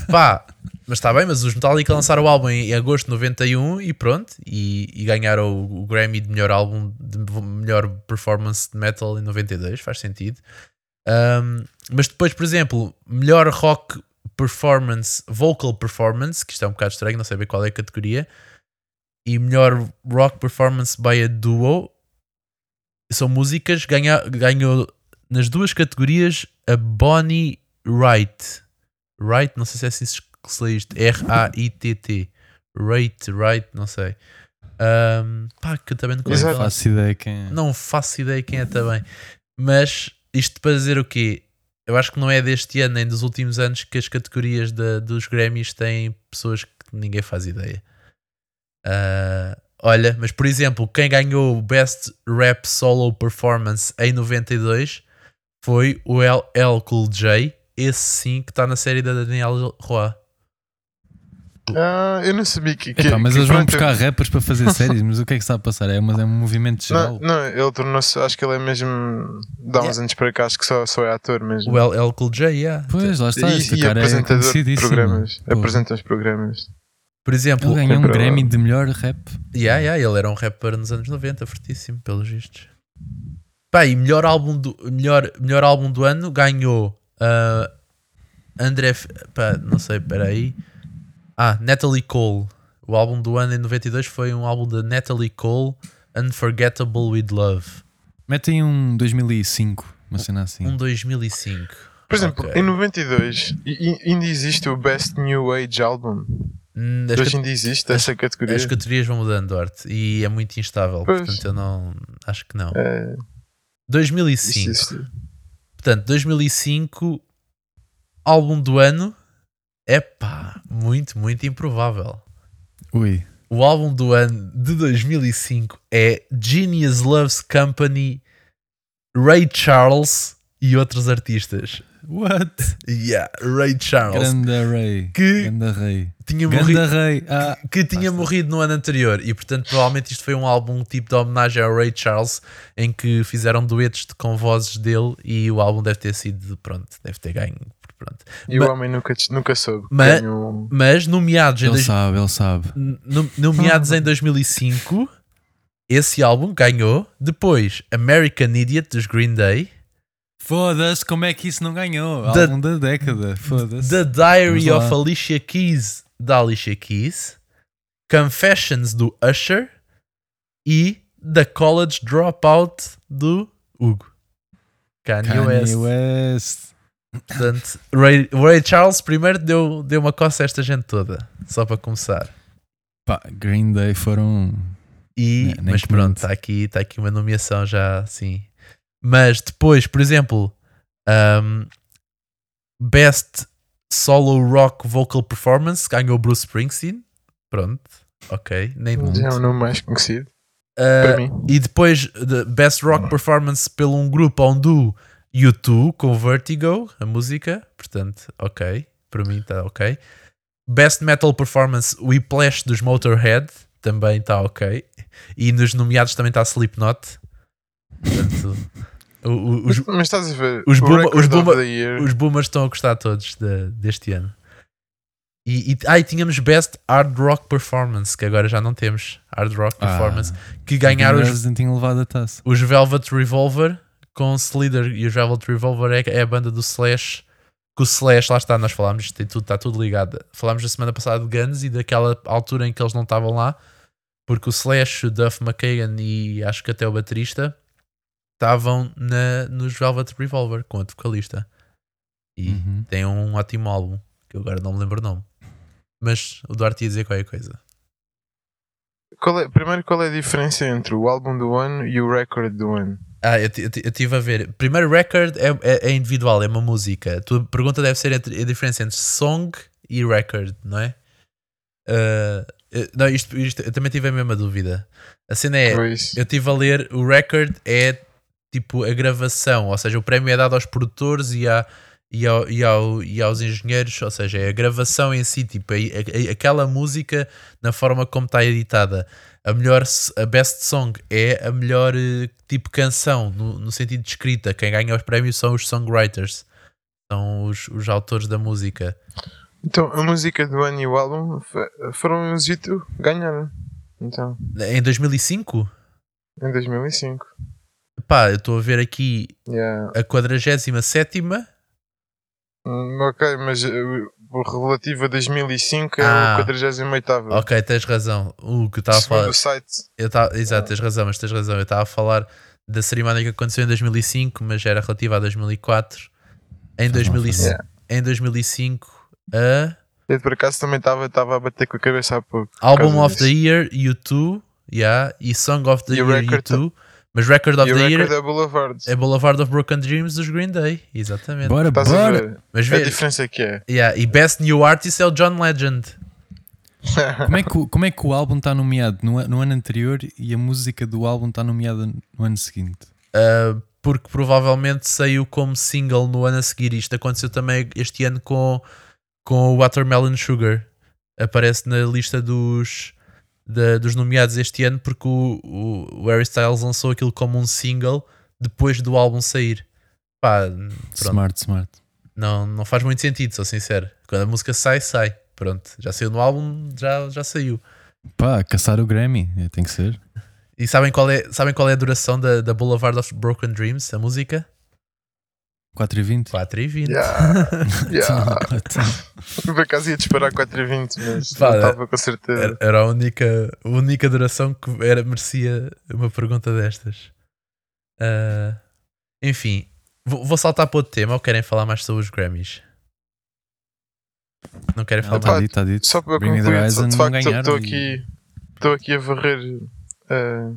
Speaker 3: Oh.
Speaker 1: Pá, mas está bem, mas os Metallica lançaram o álbum em agosto de 91 e pronto. E, e ganharam o, o Grammy de melhor álbum, de melhor performance de metal em 92. Faz sentido. Ahm, mas depois, por exemplo, melhor rock performance, vocal performance, que isto é um bocado estranho, não sei bem qual é a categoria, e melhor rock performance by a duo, são músicas, ganha, ganhou nas duas categorias a Bonnie Wright. Wright, não sei se é assim que se lê isto, R-A-I-T-T. Wright, Wright, não sei. Ahm, pá, que eu também não consigo
Speaker 2: Exato.
Speaker 3: Não
Speaker 1: falar.
Speaker 3: faço ideia quem é.
Speaker 1: Não faço ideia quem é também. Mas isto para dizer o quê? Eu acho que não é deste ano nem dos últimos anos que as categorias da- dos Grammys têm pessoas que ninguém faz ideia. Ah, olha, mas por exemplo, quem ganhou o Best Rap Solo Performance em 92 foi o LL Cool J, esse sim que está na série da Daniel Roy.
Speaker 2: Ah, eu não sabia que. que
Speaker 3: Epá, Então, mas
Speaker 2: que
Speaker 3: eles vão
Speaker 2: pronto,
Speaker 3: buscar rappers para fazer séries, mas o que é que está a passar? É, mas é um movimento geral.
Speaker 2: Não, não, ele tornou-se. Acho que ele é mesmo. Dá uns
Speaker 1: Yeah.
Speaker 2: anos para cá, acho que só, só é ator mesmo.
Speaker 1: O LL Cool J, yeah.
Speaker 3: Pois, lá está, este
Speaker 2: e, e
Speaker 3: cara é
Speaker 2: apresentador de
Speaker 3: conhecidíssimo.
Speaker 2: programas.
Speaker 3: Pô,
Speaker 2: Apresenta os programas.
Speaker 1: Por exemplo,
Speaker 3: Ele ganhou um
Speaker 2: Sempre é
Speaker 3: Grammy
Speaker 2: lá.
Speaker 3: de melhor rap.
Speaker 1: Yeah, yeah, ele era um rapper nos anos 90, fortíssimo, pelos vistos. Pá, e melhor álbum do, melhor, melhor álbum do ano ganhou ah, André. F- Pá, não sei, peraí. Ah, Natalie Cole O álbum do ano em 92 foi um álbum de Natalie Cole, Unforgettable with Love.
Speaker 3: Metem um 2005, uma cena assim.
Speaker 1: Um 2005.
Speaker 2: Hum. Por exemplo,
Speaker 1: Ok.
Speaker 2: em 92 i- i- ainda existe o Best New Age Album.
Speaker 1: Hum, as
Speaker 2: Hoje
Speaker 1: cate-
Speaker 2: ainda existe essa categoria.
Speaker 1: As categorias vão mudando, Arte, e é muito instável,
Speaker 2: Pois.
Speaker 1: portanto eu não. Acho que não.
Speaker 2: É,
Speaker 1: 2005.
Speaker 2: existe.
Speaker 1: Portanto, 2005, álbum do ano. Epá, muito, muito improvável.
Speaker 3: Ui.
Speaker 1: O álbum do ano de 2005 é Genius Loves Company, Ray Charles e outros artistas.
Speaker 3: What?
Speaker 1: Yeah, Ray Charles.
Speaker 3: Ganda Ray.
Speaker 1: Que-
Speaker 3: Ganda Ray.
Speaker 1: Tinha morrido.
Speaker 3: Ganda Ray. Ah,
Speaker 1: que tinha
Speaker 3: Basta.
Speaker 1: morrido no ano anterior e portanto provavelmente isto foi um álbum tipo de homenagem ao Ray Charles em que fizeram duetos de- com vozes dele e o álbum deve ter sido pronto deve ter ganho pronto
Speaker 2: E
Speaker 1: Mas-
Speaker 2: o homem nunca, nunca soube. que
Speaker 1: Mas-
Speaker 2: tinha um-
Speaker 1: mas nomeados em,
Speaker 3: ele
Speaker 1: dois,
Speaker 3: sabe, ele sabe.
Speaker 1: no- nomeados em 2005 esse álbum ganhou depois American Idiot dos Green Day
Speaker 3: Foda-se, como é que isso não ganhou?
Speaker 1: Da-
Speaker 3: Álbum da década. Foda-se.
Speaker 1: The Diary
Speaker 3: Vamos
Speaker 1: of
Speaker 3: lá.
Speaker 1: Alicia Keys da Alicia Keys Confessions do Usher e The College Dropout do Hugo Kanye, West.
Speaker 3: Kanye West.
Speaker 1: Portanto, Ray, o Ray Charles primeiro deu, deu uma coça a esta gente toda, só para começar.
Speaker 3: Pá, Green Day foram.
Speaker 1: E,
Speaker 3: É, nem
Speaker 1: mas
Speaker 3: comento.
Speaker 1: pronto, está aqui, tá aqui uma nomeação já assim. Mas depois, por exemplo, um, Best Solo Rock Vocal Performance ganhou Bruce Springsteen. Pronto, ok, nem
Speaker 2: É o nome mais conhecido
Speaker 1: Ah,
Speaker 2: para mim.
Speaker 1: E depois de Best Rock Performance pelo um grupo ou um duo U2 com Vertigo, a música. Portanto, ok. Para mim está ok. Best Metal Performance Whiplash dos Motorhead. Também está ok. E nos nomeados também está Slipknot. Portanto, o- o- os,
Speaker 2: mas estás a ver,
Speaker 1: os
Speaker 2: o
Speaker 1: Buma-
Speaker 2: Record
Speaker 1: os
Speaker 2: of
Speaker 1: Buma-
Speaker 2: the Year,
Speaker 1: os boomers estão a gostar todos de- deste ano. E, e, ah, e tínhamos Best Hard Rock Performance, que agora já não temos. Hard Rock
Speaker 3: Ah,
Speaker 1: Performance. que ganharam os
Speaker 3: Não tinham levado a taça.
Speaker 1: os Velvet Revolver com Slither e os Velvet Revolver é, é a banda do Slash que o Slash, lá está, nós falámos tem tudo, está tudo ligado, falámos na semana passada de Guns e daquela altura em que eles não estavam lá porque o Slash, o Duff McKagan e acho que até o baterista estavam na, nos Velvet Revolver com a vocalista e
Speaker 3: Uhum.
Speaker 1: tem um ótimo álbum que eu agora não me lembro o nome mas o Duarte ia dizer qualquer coisa
Speaker 2: qual é- primeiro, qual é a diferença entre o álbum do ano e o record do ano?
Speaker 1: Ah, eu estive a ver. Primeiro, record é, é- é individual, é uma música. A tua pergunta deve ser entre- a diferença entre song e record, não é? Ah, eh, não, isto, isto- eu também tive a mesma dúvida. A cena é:
Speaker 2: Pois,
Speaker 1: eu estive a ler, o record é tipo a gravação, ou seja, o prémio é dado aos produtores e, à, e, ao- e ao- e aos engenheiros, ou seja, é a gravação em si, tipo, a- a- a- aquela música na forma como está editada. A melhor, s- a best song é a melhor eh, tipo canção, no, no sentido de escrita. Quem ganha os prémios são os songwriters, são os, os autores da música.
Speaker 2: Então, a música do ano e o álbum f- foram os Itu ganharam. Então,
Speaker 1: Em 2005,
Speaker 2: em 2005.
Speaker 1: pá, eu estou a ver aqui
Speaker 2: Yeah.
Speaker 1: a 47
Speaker 2: Hum, Ok, mas uh, o relativo a 2005 é
Speaker 1: Ah.
Speaker 2: o 48
Speaker 1: Ok, tens razão. O que eu estava a
Speaker 2: segundo
Speaker 1: falar.
Speaker 2: o site.
Speaker 1: Eu tava, exato, tens razão, mas tens razão. Eu estava a falar da cerimónia que aconteceu em 2005, mas era relativa a 2004. Em,
Speaker 3: Faz mal,
Speaker 1: 2005
Speaker 2: faz
Speaker 1: em 2005, a
Speaker 2: Eu por acaso também estava estava a bater com a cabeça há pouco.
Speaker 1: Album
Speaker 2: causa
Speaker 1: of the Year, U2, yeah, e Song of the
Speaker 2: E o
Speaker 1: Year,
Speaker 2: record-
Speaker 1: U2, mas Record of
Speaker 2: e o
Speaker 1: the
Speaker 2: record
Speaker 1: Year
Speaker 2: é Boulevard.
Speaker 1: é Boulevard of Broken Dreams dos Green Day, exatamente.
Speaker 3: Bora,
Speaker 2: Estás a
Speaker 3: É, bora!
Speaker 2: ver
Speaker 1: Mas
Speaker 2: a
Speaker 1: vê,
Speaker 2: diferença que é.
Speaker 1: yeah, e Best New Artist é o John Legend.
Speaker 3: Como é, que, o- como é que o álbum está nomeado no, a- no ano anterior e a música do álbum está nomeada no ano seguinte?
Speaker 1: Uh, porque provavelmente saiu como single no ano a seguir. Isto aconteceu também este ano com, com o Watermelon Sugar. Aparece na lista dos, da- dos nomeados este ano porque o, o, o Harry Styles lançou aquilo como um single depois do álbum sair. Pá, pronto,
Speaker 3: Smart, smart.
Speaker 1: não, não faz muito sentido, sou sincero. Quando a música sai, sai. Pronto, já saiu no álbum, já, já saiu.
Speaker 3: Pá, caçar o Grammy, é, tem que ser.
Speaker 1: E sabem qual é, sabem qual é a duração da, da Boulevard of Broken Dreams, a música?
Speaker 3: 4 e 20?
Speaker 1: 4 e 20.
Speaker 2: Yeah. Yeah. Por acaso ia disparar 4,20, mas
Speaker 1: Pá,
Speaker 2: não estava com certeza.
Speaker 1: Era, era a, única, a única duração que era, merecia uma pergunta destas. Ah, enfim, vou, vou saltar para outro tema ou querem falar mais sobre os Grammys? Não querem falar
Speaker 3: Está
Speaker 1: mais?
Speaker 2: pá,
Speaker 3: Tá dito, está dito.
Speaker 2: Só para
Speaker 3: Bring Me the
Speaker 2: concluir,
Speaker 3: Horizon
Speaker 2: só- de
Speaker 3: não
Speaker 2: facto
Speaker 3: ganharam
Speaker 2: estou
Speaker 3: e-
Speaker 2: aqui, estou aqui a varrer eh,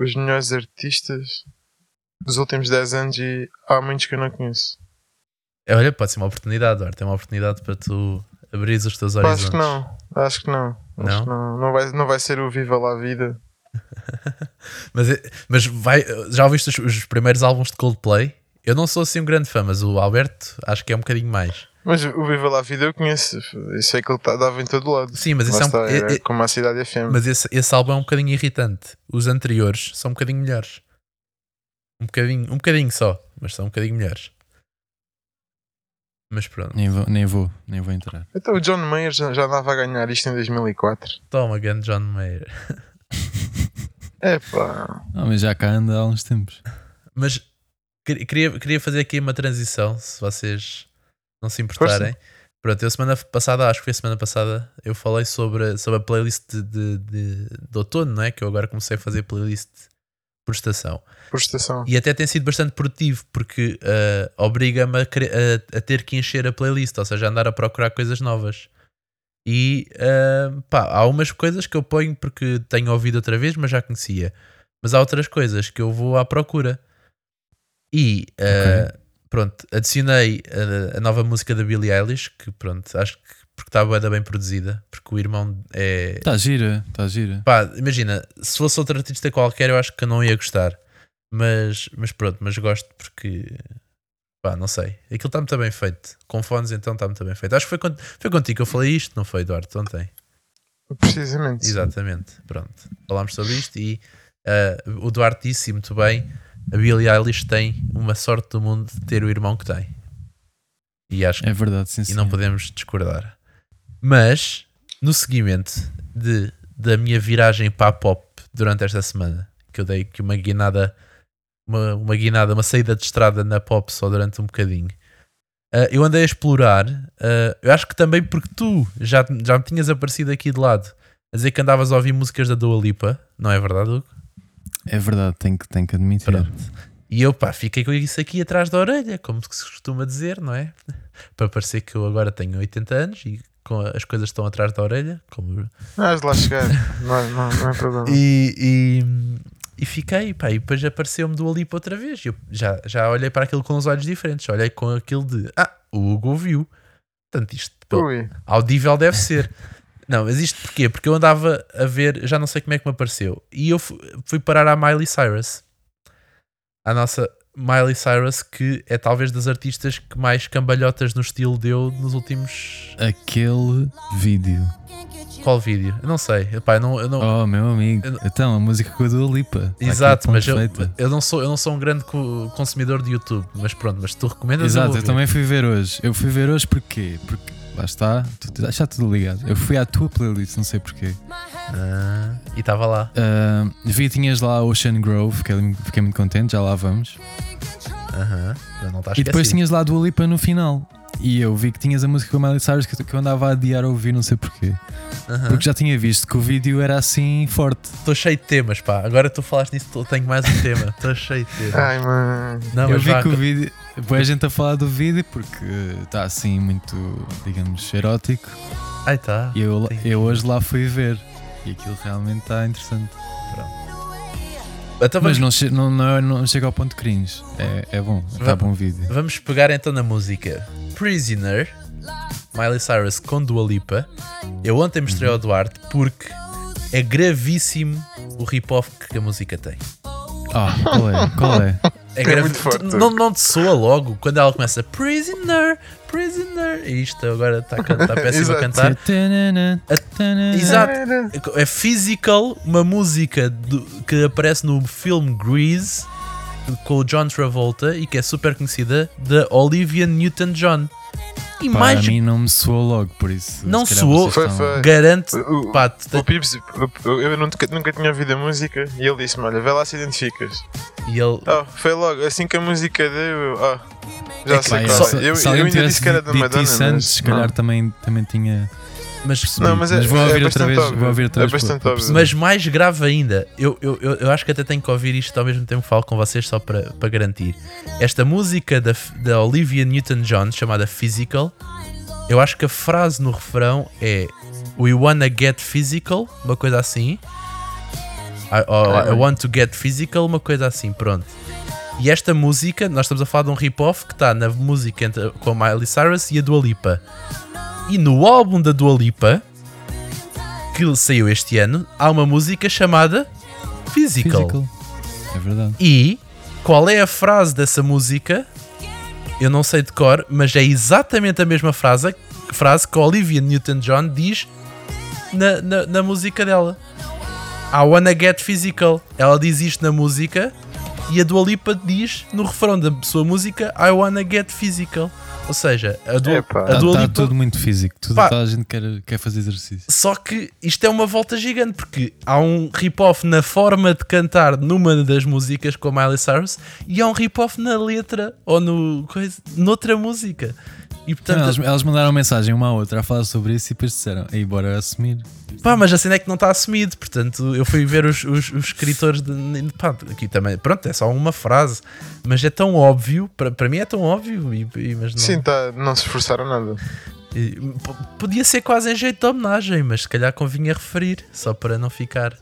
Speaker 2: os melhores artistas dos últimos 10 anos e há muitos que eu não conheço.
Speaker 1: Olha, pode ser uma oportunidade, Duarte. É uma oportunidade para tu abrir os teus
Speaker 2: Pá,
Speaker 1: horizontes.
Speaker 2: acho que não, acho que não. Acho
Speaker 1: Não?
Speaker 2: que não. Não vai, não vai ser o Viva lá a Vida.
Speaker 1: Mas, é- mas vai, já ouviste os, os primeiros álbuns de Coldplay? Eu não sou assim um grande fã, mas o Alberto acho que é um bocadinho mais.
Speaker 2: Mas o Viva lá a Vida eu conheço. Isso é que ele tá- dava em todo lado.
Speaker 1: Sim, mas,
Speaker 2: Mas
Speaker 1: esse, é um,
Speaker 2: está,
Speaker 1: é-
Speaker 2: é,
Speaker 1: é-
Speaker 2: como a cidade FM.
Speaker 1: mas esse, esse álbum é um bocadinho irritante. Os anteriores são um bocadinho melhores. Um bocadinho, um bocadinho só, mas são um bocadinho melhores. Mas pronto,
Speaker 3: Nem vou, nem vou, nem vou entrar.
Speaker 2: Então o John Mayer já, já andava a ganhar isto em 2004.
Speaker 1: toma, grande John Mayer.
Speaker 2: É pá.
Speaker 3: Não, mas já cá anda há uns tempos.
Speaker 1: Mas que- queria, queria fazer aqui uma transição, se vocês não se importarem. Pronto, eu semana passada, acho que foi semana passada, eu falei sobre, a- sobre a playlist de, de, de, de outono, não é? Que eu agora comecei a fazer playlist por estação.
Speaker 2: Por estação.
Speaker 1: E até tem sido bastante produtivo, porque ah, obriga-me a, cre- a- a ter que encher a playlist, ou seja, a andar a procurar coisas novas. E ah, pá, há umas coisas que eu ponho porque tenho ouvido outra vez, mas já conhecia. Mas há outras coisas que eu vou à procura. E ah, pronto, adicionei a, a nova música da Billie Eilish, que pronto, acho que porque está bué da bem produzida, porque o irmão é,
Speaker 3: Está Tá gira, está gira.
Speaker 1: Pá, imagina, se fosse outro artista qualquer, eu acho que eu não ia gostar. Mas, mas pronto, mas gosto porque. Pá, não sei. Aquilo está muito bem feito. Com fones, então está muito bem feito. Acho que foi, cont- foi contigo que eu falei isto, não foi, Eduardo? Ontem.
Speaker 2: Precisamente.
Speaker 1: Exatamente. Pronto. Falámos sobre isto e ah, o Duarte disse e muito bem: a Billie Eilish tem uma sorte do mundo de ter o irmão que tem. E acho que
Speaker 3: É verdade, sim,
Speaker 1: e
Speaker 3: sim.
Speaker 1: não podemos discordar. Mas, no seguimento de, da minha viragem para a pop durante esta semana, que eu dei aqui uma guinada, uma, uma guinada, uma saída de estrada na pop só durante um bocadinho. ah, eu andei a explorar, ah, eu acho que também porque tu já, já me tinhas aparecido aqui de lado a dizer que andavas a ouvir músicas da Dua Lipa, não é verdade, Hugo?
Speaker 3: É verdade, tenho que, tenho que admitir.
Speaker 1: Pronto. E eu, pá, fiquei com isso aqui atrás da orelha, como se costuma dizer, não é? Para parecer que eu agora tenho 80 anos e com as coisas estão atrás da orelha, como
Speaker 2: Não has de lá chegar. não, não, não é problema.
Speaker 1: e, e, e fiquei, pá, e depois apareceu-me do Alipa outra vez. Eu já, já olhei para aquilo com os olhos diferentes, olhei com aquilo de ah, o Hugo viu. Portanto, isto pô,
Speaker 2: Ui.
Speaker 1: audível deve ser. Não, mas isto porquê? Porque eu andava a ver, já não sei como é que me apareceu, e eu fu- fui parar à Miley Cyrus, a nossa Miley Cyrus, que é talvez das artistas que mais cambalhotas no estilo deu nos últimos.
Speaker 3: Aquele vídeo.
Speaker 1: Qual vídeo? Eu não sei, Epá, eu não, eu não,
Speaker 3: Oh, meu amigo.
Speaker 1: Eu não-
Speaker 3: Então, a música com a Dua Lipa. Tá
Speaker 1: Exato,
Speaker 3: aqui
Speaker 1: mas eu,
Speaker 3: perfeita.
Speaker 1: eu, não sou, eu não sou um grande co- consumidor de YouTube, mas pronto, mas tu recomendas
Speaker 3: Exato,
Speaker 1: vou
Speaker 3: eu
Speaker 1: ver.
Speaker 3: também fui ver hoje. Eu fui ver hoje porquê? Porque, lá está, tu já está tudo ligado. Eu fui à tua playlist, não sei porquê.
Speaker 1: Ah, e estava lá.
Speaker 3: Ah, vi que tinhas lá Ocean Grove, fiquei, fiquei muito contente, já lá vamos.
Speaker 1: Aham, já não estás
Speaker 3: E depois tinhas lá a Dua Lipa no final. E eu vi que tinhas a música com a Miley Cyrus que, que eu andava a adiar a ouvir, não sei porquê. Porque já tinha visto que o vídeo era assim forte.
Speaker 1: Estou cheio de temas, pá. Agora tu falaste nisso, tô- tenho mais um tema. Estou cheio de temas.
Speaker 2: Ai, mano.
Speaker 1: não,
Speaker 3: eu
Speaker 1: mas
Speaker 3: vi
Speaker 1: vá,
Speaker 3: que o vídeo. Boa gente a falar do vídeo porque está assim muito, digamos, erótico.
Speaker 1: Ai tá.
Speaker 3: E eu,
Speaker 1: Sim.
Speaker 3: eu hoje lá fui ver. E aquilo realmente está interessante.
Speaker 1: Então vamos,
Speaker 3: Mas não, che- não, não, é, não chega ao ponto cringe. É, é bom, está bom o vídeo.
Speaker 1: vamos pegar então na música Prisoner, Miley Cyrus com Dua Lipa. Eu ontem mostrei
Speaker 3: Uhum.
Speaker 1: ao Duarte porque é gravíssimo o rip-off que a música tem.
Speaker 3: Ah, qual é? Qual é?
Speaker 1: É grave-
Speaker 2: muito forte.
Speaker 1: Tu- Não, não te soa logo quando ela começa Prisoner, Prisoner. E isto agora está tá péssimo a
Speaker 2: Exato.
Speaker 1: cantar. Exato. É Physical, uma música do- que aparece no filme Grease com o John Travolta e que é super conhecida da Olivia Newton-John. E
Speaker 3: Pá,
Speaker 1: mais
Speaker 3: A mim não me soou logo, por isso.
Speaker 1: Não
Speaker 3: se calhar
Speaker 1: soou.
Speaker 3: vocês
Speaker 2: Foi,
Speaker 3: estão-
Speaker 2: foi.
Speaker 1: garanto.
Speaker 2: O,
Speaker 1: Pá, tu
Speaker 2: o
Speaker 1: te-
Speaker 2: Pips, eu, eu nunca, nunca tinha ouvido a música e ele disse-me: Olha, vai lá se identificas.
Speaker 1: e ele.
Speaker 2: Oh, foi logo, assim que a música deu, eu. ah, já
Speaker 1: É que,
Speaker 2: sei
Speaker 1: pá,
Speaker 2: qual.
Speaker 1: se-
Speaker 2: Eu,
Speaker 3: se
Speaker 2: eu
Speaker 3: alguém
Speaker 2: ainda
Speaker 3: tivesse
Speaker 2: disse que era da
Speaker 3: dito
Speaker 2: Madonna.
Speaker 3: isso
Speaker 2: mas
Speaker 3: antes, se
Speaker 2: não.
Speaker 3: calhar também, também tinha
Speaker 1: Mas,
Speaker 3: percebido.
Speaker 2: mas é-
Speaker 3: vou
Speaker 2: é
Speaker 3: ouvir outra
Speaker 2: bastante
Speaker 3: vez.
Speaker 2: óbvio.
Speaker 3: Vou ouvir outra
Speaker 2: É
Speaker 3: vez.
Speaker 2: bastante
Speaker 3: para- para
Speaker 2: óbvio.
Speaker 3: perceber.
Speaker 1: mas mais grave ainda, eu, eu, eu, eu acho que até tenho que ouvir isto ao mesmo tempo que falo com vocês, só para, para garantir. Esta música da, da Olivia Newton-John, chamada Physical, eu acho que a frase no refrão é We wanna get physical, uma coisa assim. I, or, I want to get physical, uma coisa assim, pronto. E esta música, nós estamos a falar de um rip-off que está na música entre- com a Miley Cyrus e a Dua Lipa. E no álbum da Dua Lipa, que saiu este ano, há uma música chamada Physical.
Speaker 3: Physical. É verdade.
Speaker 1: E qual é a frase dessa música? Eu não sei de cor, mas é exatamente a mesma frase, frase que a Olivia Newton-John diz na, na, na música dela. I wanna get physical. Ela diz isto na música e a Dua Lipa diz no refrão da sua música I wanna get physical. Ou seja, a Dua,
Speaker 2: Epá.
Speaker 1: a
Speaker 3: Está
Speaker 1: Dua
Speaker 3: tá
Speaker 1: Lipa
Speaker 3: tudo muito físico. Tudo,
Speaker 1: Pá.
Speaker 3: toda a gente quer, quer fazer exercício.
Speaker 1: só que isto é uma volta gigante, porque há um rip-off na forma de cantar numa das músicas com a Miley Cyrus e há um rip-off na letra ou no, coisa, noutra música. E
Speaker 3: Não,
Speaker 1: portanto,
Speaker 3: elas, elas mandaram mensagem uma à outra a falar sobre isso e depois disseram: Ei, bora assumir.
Speaker 1: pá, mas a cena é que não está assumido. Portanto, eu fui ver os, os, os escritores. De, pá, aqui também, pronto, é só uma frase, mas é tão óbvio. Para, para mim é tão óbvio. E, e- mas não,
Speaker 2: Sim, tá, não se esforçaram nada.
Speaker 1: e, p- podia ser quase em jeito de homenagem, mas se calhar convinha referir, só para não ficar.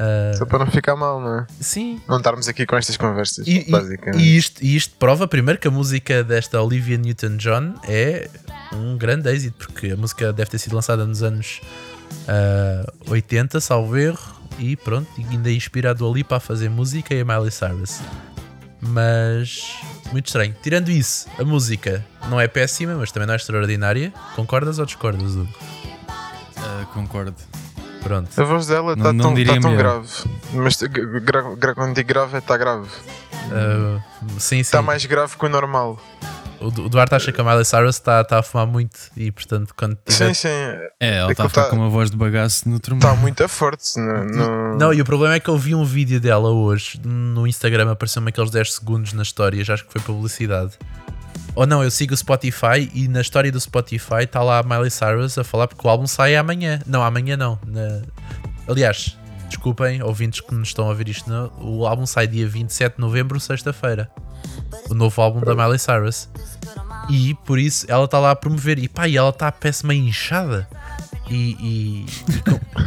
Speaker 1: ah,
Speaker 2: Só para não ficar mal, não é?
Speaker 1: sim,
Speaker 2: Não estarmos aqui com estas conversas,
Speaker 1: E, e-
Speaker 2: basicamente.
Speaker 1: e isto, e isto prova primeiro que a música desta Olivia Newton-John é um grande êxito, porque a música deve ter sido lançada nos anos ah, 80, salvo erro, e pronto, e ainda é inspira a Dua Lipa a fazer música e a Miley Cyrus. Mas muito estranho. Tirando isso, a música não é péssima, mas também não é extraordinária. Concordas ou discordas, Hugo?
Speaker 3: Ah, concordo.
Speaker 1: Pronto.
Speaker 2: A voz dela
Speaker 3: Não-
Speaker 2: está
Speaker 3: não
Speaker 2: tão,
Speaker 3: diria
Speaker 2: tá tão
Speaker 3: melhor.
Speaker 2: grave. Mas t- gra- gra- gra- quando digo grave, está grave.
Speaker 1: Ah, sim, sim.
Speaker 2: Está Tá mais grave que o normal.
Speaker 1: O Du- o Duarte acha que a Miley Cyrus está está a fumar muito e, portanto, quando tiver
Speaker 2: Sim, sim.
Speaker 3: É, ela
Speaker 2: É que
Speaker 3: está a ficar
Speaker 2: tá-
Speaker 3: com uma voz de bagaço no trombo.
Speaker 2: Está muito forte. Não, não...
Speaker 1: Não, e o problema é que eu vi um vídeo dela hoje no Instagram, apareceu-me aqueles 10 segundos nas histórias, acho que foi publicidade. Ou não, eu sigo o Spotify e na história do Spotify está lá a Miley Cyrus a falar porque o álbum sai amanhã. Não, amanhã não. na- Aliás, desculpem, ouvintes que nos estão a ouvir isto, não, o álbum sai dia 27 de novembro, sexta-feira. O novo álbum da Miley Cyrus. E por isso ela está lá a promover. E pá, e ela está péssima inchada. E- e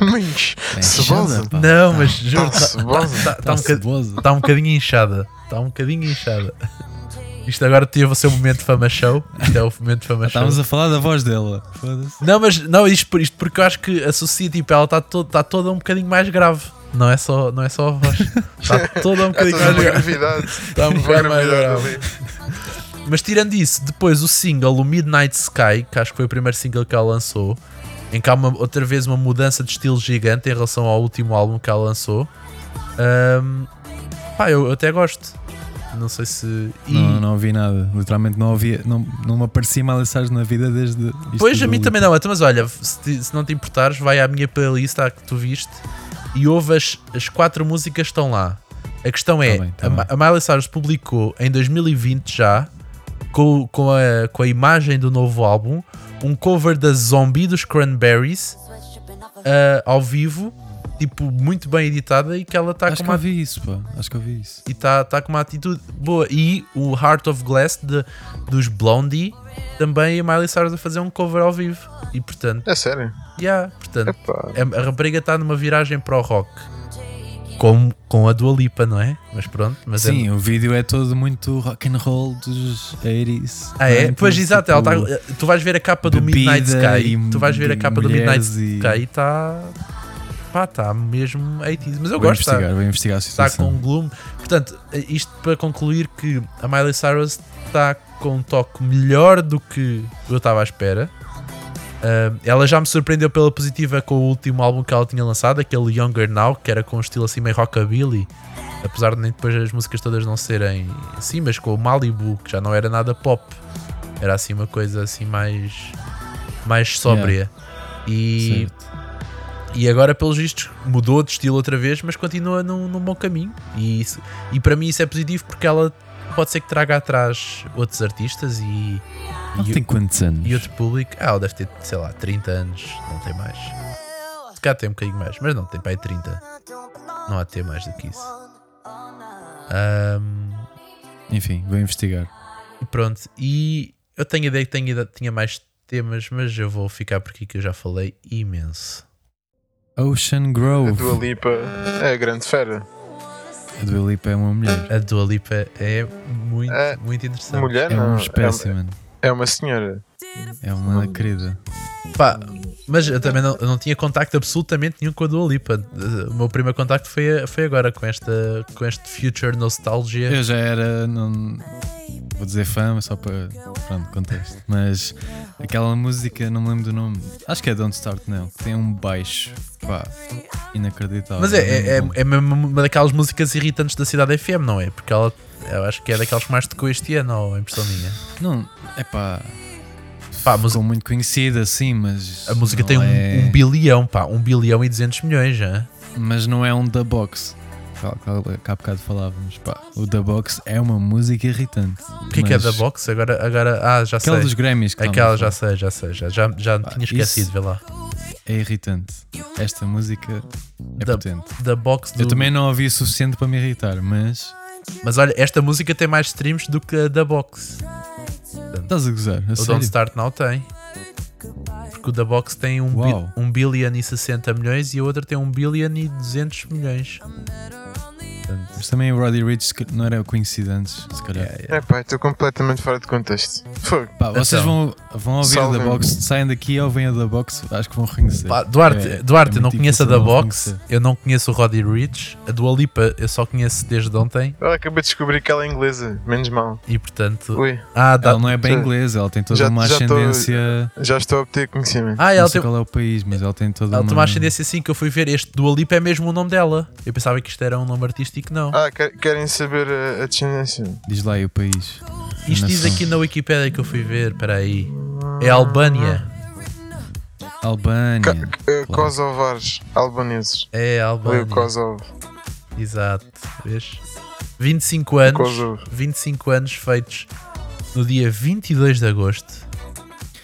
Speaker 2: Mas,
Speaker 3: Tá
Speaker 2: cebosa.
Speaker 3: inchada, pá.
Speaker 1: não, mas juro,
Speaker 2: Tá cebosa.
Speaker 1: está
Speaker 3: Tá
Speaker 1: um, boca-
Speaker 3: cebosa.
Speaker 1: tá um bocadinho inchada. Está um bocadinho inchada. Isto agora teve o seu momento de fama show. Isto é o momento de fama show.
Speaker 3: Estávamos a falar da voz dela. Foda-se.
Speaker 1: Não, mas não, isto, por- isto porque eu acho que associa, tipo, ela está tá toda um bocadinho mais grave. Não é só, não é só a voz. Está toda um
Speaker 2: Há toda
Speaker 1: bocadinho mais
Speaker 2: uma
Speaker 1: grave.
Speaker 2: gravidade.
Speaker 1: Tá um
Speaker 2: uma
Speaker 1: bocado mais
Speaker 2: gravidade
Speaker 1: grave.
Speaker 2: ali.
Speaker 1: Mas tirando isso, depois o single, o Midnight Sky, que acho que foi o primeiro single que ela lançou, em que há uma- outra vez uma mudança de estilo gigante em relação ao último álbum que ela lançou. Ahm, pá, eu, eu até gosto. Não sei se. E,
Speaker 3: Não, não ouvi nada. Literalmente não ouvia. Não, não me aparecia mal Cyrus na vida desde. isto
Speaker 1: Pois a
Speaker 3: do
Speaker 1: mim
Speaker 3: Lip.
Speaker 1: também não, então, mas olha, se, ti- se não te importares, vai à minha playlist à que tu viste e ouve as, as quatro músicas que estão lá. A questão é:
Speaker 3: Tá bem, tá
Speaker 1: a, Ma- a Miley Cyrus publicou em 2020 já, com, com, a, com a imagem do novo álbum, um cover da Zombie dos Cranberries ah, ao vivo, tipo, muito bem editada e que ela está Tá com
Speaker 3: Acho que
Speaker 1: uma
Speaker 3: ouvi isso, pá. Acho que ouvi isso.
Speaker 1: e está tá com uma atitude boa. E o Heart of Glass de- dos Blondie também a Miley Cyrus a fazer um cover ao vivo. E portanto,
Speaker 2: É sério.
Speaker 1: yeah, portanto
Speaker 2: Epá.
Speaker 1: a, a rapariga está numa viragem para o rock. Com, com a Dua Lipa, não é? Mas pronto, mas é-
Speaker 3: Sim, o vídeo é todo muito rock and roll dos 80s.
Speaker 1: Ah, é?
Speaker 3: 90s,
Speaker 1: Pois exato, ela tá,
Speaker 3: tipo,
Speaker 1: tu vais ver a capa do
Speaker 3: bebida
Speaker 1: Midnight Sky.
Speaker 3: e
Speaker 1: Tu vais ver a capa do Midnight
Speaker 3: mulheres e-
Speaker 1: Sky e está. Pá, está mesmo 80s. Mas eu
Speaker 3: Vou
Speaker 1: gosto, tá?
Speaker 3: investigar, vou investigar a
Speaker 1: está com um
Speaker 3: situação.
Speaker 1: gloom. Portanto, eh, isto para concluir que a Miley Cyrus está com um toque melhor do que eu estava à espera. Ah, ela já me surpreendeu pela positiva com o último álbum que ela tinha lançado, aquele Younger Now, que era com um estilo assim meio rockabilly, apesar de nem depois as músicas todas não serem assim, mas com o Malibu, que já não era nada pop. Era assim uma coisa assim mais, mais sóbria. E,
Speaker 3: Certo.
Speaker 1: e agora, pelos vistos, mudou de estilo outra vez, mas continua num, num bom caminho. E, isso- e para mim isso é positivo porque ela pode ser que traga atrás outros artistas e,
Speaker 3: Ela
Speaker 1: e-
Speaker 3: tem quantos anos?
Speaker 1: e outro público. Ah, ela deve ter, sei lá, 30 anos, não tem mais. Se calhar tem um bocadinho mais, mas não, tem para aí 30. Não há de ter mais do que isso. Ahm,
Speaker 3: Enfim, vou investigar.
Speaker 1: e pronto, e eu tenho a ideia que tenho, ide- tinha mais temas, mas eu vou ficar por aqui que eu já falei imenso.
Speaker 3: Ocean
Speaker 2: A
Speaker 3: Grove.
Speaker 2: Dua Lipa é a grande fera.
Speaker 3: A Dua Lipa é uma mulher.
Speaker 1: A Dua Lipa é muito,
Speaker 2: É,
Speaker 1: muito interessante.
Speaker 2: Mulher
Speaker 3: É
Speaker 2: não.
Speaker 3: um
Speaker 2: é, uma,
Speaker 3: espécimen.
Speaker 2: é uma senhora.
Speaker 3: É uma querida.
Speaker 1: Pá, mas eu também não, eu não tinha contacto absolutamente nenhum com a Dua Lipa. Eh, O meu primeiro contacto foi, foi agora com, esta, com este Future Nostalgia.
Speaker 3: Eu já era. Não, vou dizer fã, mas só para. Pronto, contexto. Mas aquela música, não me lembro do nome. Acho que é Don't Start Now. que Tem um baixo. Pá, inacreditável.
Speaker 1: Mas é, é, é,
Speaker 3: muito bom.
Speaker 1: é mesmo uma daquelas músicas irritantes da Cidade FM, não é? Porque ela, eu acho que é daquelas que mais tocou este ano, ou a impressão minha.
Speaker 3: Não, é pá.
Speaker 1: Pá, a música,
Speaker 3: Ficou muito conhecida, sim, mas.
Speaker 1: a música
Speaker 3: não
Speaker 1: tem um,
Speaker 3: é-
Speaker 1: um bilhão, pá, um bilhão e 200 milhões já.
Speaker 3: Mas não é um Da Box. Qual- qual- Que há bocado falávamos. Pá, o Da Box é uma música irritante.
Speaker 1: O que é que é da Box? Agora, agora ah, já
Speaker 3: Aquela
Speaker 1: sei.
Speaker 3: dos Grammys que
Speaker 1: Aquela,
Speaker 3: estávamos a
Speaker 1: já sei, já sei, já, já, já tinha
Speaker 3: isso-
Speaker 1: esquecido, vê lá.
Speaker 3: falar. É irritante. Esta música é
Speaker 1: Da-
Speaker 3: potente.
Speaker 1: Da Box do...
Speaker 3: Eu também não a ouvi o suficiente para me irritar, mas.
Speaker 1: Mas olha, esta música tem mais streams do que a da Box.
Speaker 3: Estás a gozar, a
Speaker 1: O
Speaker 3: sério?
Speaker 1: Don't Start Now tem. Porque o da Box tem 1 um bi
Speaker 3: Uau.
Speaker 1: um billion e 60 milhões e a outra tem 1 um billion e 200 milhões. Portanto,
Speaker 3: Mas também o Roddy Rich se cal- não era conhecido antes, se calhar.
Speaker 1: yeah, yeah.
Speaker 2: É pá, estou completamente fora de contexto. Fogo.
Speaker 3: Pá, vocês vão, vão ouvir a
Speaker 2: Salve.
Speaker 3: da box, saem daqui ou vêm a da box, acho que vão reconhecer.
Speaker 1: um Pá, Duarte,
Speaker 3: É-
Speaker 1: Duarte
Speaker 3: é
Speaker 1: eu não
Speaker 3: muito
Speaker 1: conheço a da
Speaker 3: difícil não
Speaker 1: Box,
Speaker 3: reconhecer.
Speaker 1: eu não conheço o Roddy Rich, a Dua Lipa eu só conheço desde ontem
Speaker 2: Agora acabei de descobrir que ela é inglesa. Menos mal.
Speaker 1: e portanto.
Speaker 2: Ui,
Speaker 1: Ah, da-
Speaker 3: Ela não é bem
Speaker 2: Já-
Speaker 3: inglesa, ela tem toda
Speaker 2: já-
Speaker 3: uma
Speaker 2: já tô-
Speaker 3: ascendência.
Speaker 2: já estou a obter conhecimento.
Speaker 1: ah
Speaker 3: Não
Speaker 1: ela
Speaker 3: sei
Speaker 1: tem,
Speaker 3: qual é o país, mas ela tem toda
Speaker 1: ela
Speaker 3: uma.
Speaker 1: tem uma ascendência assim que eu fui ver. Este Dua Lipa é mesmo o nome dela. Eu pensava que isto era um nome artístico, não.
Speaker 2: Ah, Hum, que- querem saber a, a descendência?
Speaker 3: Diz lá aí o país.
Speaker 1: Isto diz
Speaker 3: nação.
Speaker 1: aqui na Wikipédia que eu fui ver, peraí. É Albânia.
Speaker 3: Albânia.
Speaker 2: Ca- eh, Kosovares, albaneses.
Speaker 1: É
Speaker 2: Ou o
Speaker 1: Albânia.
Speaker 2: Kosovo.
Speaker 1: Exato. Vês? 25 anos.
Speaker 2: Kosovo.
Speaker 1: 25 anos feitos no dia 22 de agosto.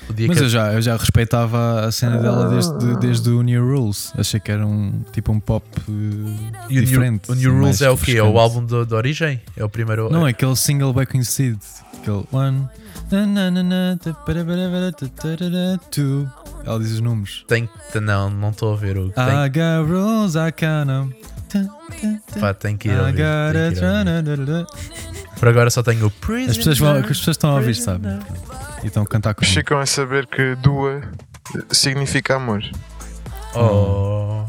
Speaker 1: O dia
Speaker 3: Mas é
Speaker 1: que
Speaker 3: eu já, eu já respeitava a cena dela desde, desde o New Rules. Achei que era um tipo um pop eh,
Speaker 1: E o New-
Speaker 3: diferente.
Speaker 1: o New
Speaker 3: assim,
Speaker 1: Rules
Speaker 3: mais
Speaker 1: é o quê? É o
Speaker 3: refrescante.
Speaker 1: álbum da da origem? É o primeiro.
Speaker 3: Não, é aquele single bem conhecido. Aquele one. na, na, na, na, ta, para, para, para, ta, ta, ra, ra, tu. Ela diz os números.
Speaker 1: Tem, tem- não, não estou a ver o que tem.
Speaker 3: I got rules, I count 'em. Ta, ta, ta.
Speaker 1: Pá, tem que ir.
Speaker 3: I
Speaker 1: Ouvir,
Speaker 3: got
Speaker 1: tem
Speaker 3: a
Speaker 1: que ir ouvir.
Speaker 3: tra- da- da- da.
Speaker 1: Por agora só tenho o Prisoner.
Speaker 3: As pessoas, vão, as pessoas estão a ouvir, sabe? E estão a cantar com
Speaker 2: Ficam a saber que Dua eh, significa amor.
Speaker 1: Oh,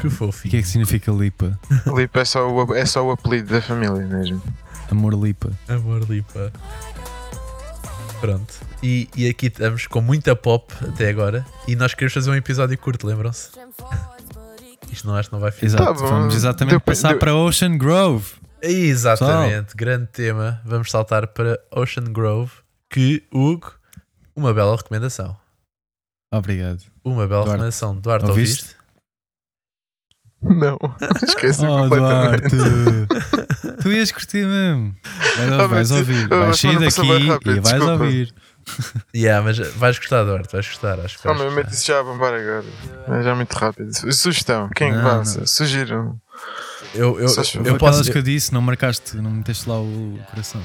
Speaker 1: que fofinho.
Speaker 3: O que é que significa lipa?
Speaker 2: Lipa é só, o, é só o apelido da família mesmo.
Speaker 3: Amor lipa.
Speaker 1: Amor Lipa. Pronto. E, e aqui estamos com muita pop até agora. E nós queremos fazer um episódio curto, lembram-se? Isto não acho que não vai ficar.
Speaker 3: Exato.
Speaker 2: Tá bom.
Speaker 3: Vamos exatamente
Speaker 2: Deu-
Speaker 3: passar
Speaker 2: deu-
Speaker 3: para Ocean Grove.
Speaker 1: Exatamente, grande tema. Vamos saltar para Ocean Grove, que, Hugo, uma bela recomendação.
Speaker 3: Obrigado.
Speaker 1: Uma bela
Speaker 3: Duarte,
Speaker 1: recomendação. Duarte,
Speaker 3: ouviste?
Speaker 1: ouviste?
Speaker 2: Não, esqueci
Speaker 3: Oh,
Speaker 2: completamente.
Speaker 3: Duarte! tu ias curtir mesmo. Vais,
Speaker 2: Ah, mas
Speaker 3: vais
Speaker 2: tu-
Speaker 3: ouvir.
Speaker 2: ah,
Speaker 3: Vais
Speaker 2: mas
Speaker 3: sair
Speaker 2: semana passou bem
Speaker 3: daqui
Speaker 2: rápido,
Speaker 3: e vais
Speaker 2: desculpa.
Speaker 3: ouvir.
Speaker 1: Yeah, mas vais gostar, Duarte, vais gostar, acho que
Speaker 2: Oh,
Speaker 1: vais
Speaker 2: meu, mete
Speaker 1: gostar.
Speaker 2: isso já a bombar agora. É já muito rápido. Su- Sugestão, quem é que
Speaker 3: Não,
Speaker 2: passa?
Speaker 3: não.
Speaker 2: Sugiram.
Speaker 1: Eu, eu,
Speaker 2: Só se
Speaker 1: eu
Speaker 3: Eu
Speaker 1: posso.
Speaker 3: Aquelas que eu disse, não marcaste, não meteste lá o coração.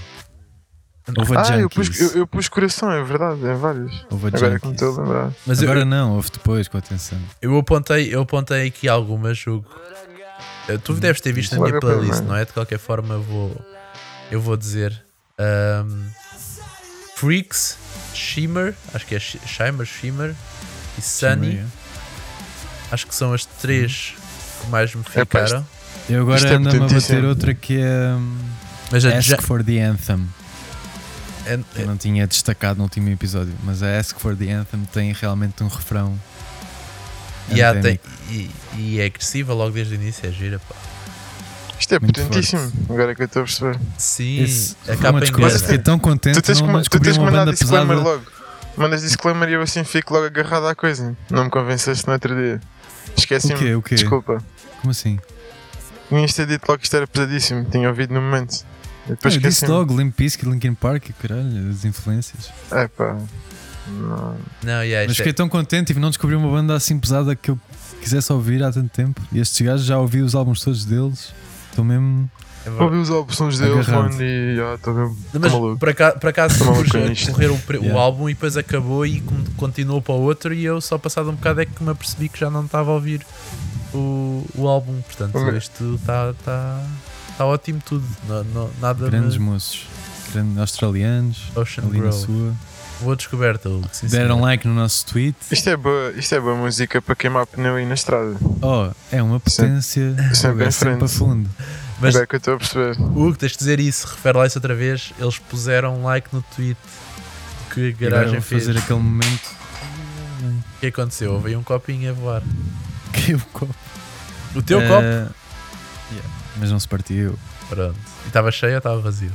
Speaker 3: Houve a
Speaker 2: Ah, eu
Speaker 3: Junkies.
Speaker 2: pus, eu, eu pus coração, é verdade, em vários.
Speaker 3: Houve a
Speaker 2: Agora é que me
Speaker 3: Junkies.
Speaker 2: estou a lembrar.
Speaker 1: Mas eu,
Speaker 3: Agora não, houve depois, com atenção.
Speaker 1: eu, apontei, eu apontei aqui algumas, Hugo. Eh, Tu deves ter visto na minha
Speaker 2: Logo a
Speaker 1: playlist,
Speaker 2: primeira.
Speaker 1: não é? De qualquer forma, eu vou, eu vou dizer. Ahm, Freaks, Shimmer, acho que é Sh- Shimmer, Shimmer e Sunny. Acho que são as três que mais me
Speaker 2: É pá, isto-
Speaker 1: ficaram.
Speaker 3: Eu
Speaker 2: Isto
Speaker 3: agora
Speaker 2: é
Speaker 3: ando-me a bater
Speaker 2: potentíssimo.
Speaker 3: outra que é hum,
Speaker 1: Mas a
Speaker 3: Ask
Speaker 1: Ja-
Speaker 3: for the Anthem.
Speaker 1: é-
Speaker 3: Eu não tinha destacado no último episódio, mas a Ask for the Anthem tem realmente um refrão.
Speaker 1: E, há-
Speaker 3: antémico.
Speaker 1: tem- e- e é agressiva logo desde o início, é gira, pá.
Speaker 2: Isto é
Speaker 3: Muito
Speaker 2: potentíssimo, agora que eu estou a perceber.
Speaker 1: Sim,
Speaker 3: Esse é
Speaker 1: a
Speaker 3: foi uma
Speaker 1: capa é
Speaker 3: descoberta.
Speaker 1: engana.
Speaker 2: Mas-
Speaker 3: Fiquei tão contente
Speaker 2: tu tens,
Speaker 3: não,
Speaker 2: que,
Speaker 3: não
Speaker 2: ma- tu
Speaker 3: descobri
Speaker 2: tens que
Speaker 3: uma
Speaker 2: mandar
Speaker 3: banda
Speaker 2: disclaimer
Speaker 3: pesada.
Speaker 2: logo. Mandas disclaimer e eu assim fico logo agarrado à coisa. Não me convenceste no outro dia.
Speaker 3: O
Speaker 2: Esqueci-me.
Speaker 3: quê? O quê?
Speaker 2: Desculpa.
Speaker 3: Como assim?
Speaker 2: Tinhas ter dito logo que isto era pesadíssimo. Tinha ouvido no momento. E
Speaker 3: Ah,
Speaker 2: depois
Speaker 3: eu disse
Speaker 2: esqueci-me.
Speaker 3: logo Limp Bizkit, Linkin Park, caralho, as influências.
Speaker 2: É pá. Não.
Speaker 1: Não, yeah,
Speaker 3: Mas
Speaker 1: isto é-
Speaker 3: fiquei tão contente e não descobri uma banda assim pesada que eu quisesse ouvir há tanto tempo. E estes gajos já ouvi os álbuns todos deles. Estou mesmo.
Speaker 1: é verdade.
Speaker 2: Ouvi os opções deles,
Speaker 3: Agarrado.
Speaker 2: mano, e já estou um mesmo.
Speaker 1: Não, Mas
Speaker 2: Tô Tá maluco.
Speaker 1: por acaso, por acaso
Speaker 2: Tô maluco
Speaker 1: surgiu
Speaker 2: com
Speaker 1: a
Speaker 2: isto.
Speaker 1: correr o, pre- o
Speaker 3: Yeah.
Speaker 1: álbum e depois acabou e con- continuou para o outro e eu só passado um bocado é que me apercebi que já não estava a ouvir o, o álbum. Portanto,
Speaker 2: Ok.
Speaker 1: este está tá, tá ótimo tudo. Não- não- nada
Speaker 3: Grandes
Speaker 1: me...
Speaker 3: moços. Grandes australianos.
Speaker 1: Ocean
Speaker 3: Ali na
Speaker 1: Grove.
Speaker 3: sua.
Speaker 1: Boa descoberta, Hugo. sim,
Speaker 3: Deram
Speaker 1: senhor.
Speaker 3: like no nosso tweet.
Speaker 2: Isto é, boa, isto é boa música para queimar pneu aí na estrada.
Speaker 3: Oh, é uma potência.
Speaker 2: Sempre
Speaker 3: Agora
Speaker 2: em
Speaker 3: sempre
Speaker 2: frente.
Speaker 3: a fundo.
Speaker 1: Mas
Speaker 2: Agora que eu estou a perceber.
Speaker 1: Hugo, tens de dizer isso, refere lá isso outra vez. Eles puseram um like no tweet que a
Speaker 3: E Agora
Speaker 1: garagem
Speaker 3: vou
Speaker 1: fez.
Speaker 3: fazer
Speaker 1: O
Speaker 3: aquele momento.
Speaker 1: que aconteceu? Houve aí um copinho a voar.
Speaker 3: Que o copo.
Speaker 1: O teu
Speaker 3: Eh,
Speaker 1: copo?
Speaker 3: yeah, Mas não se partiu.
Speaker 1: Pronto. E estava cheio ou estava vazio?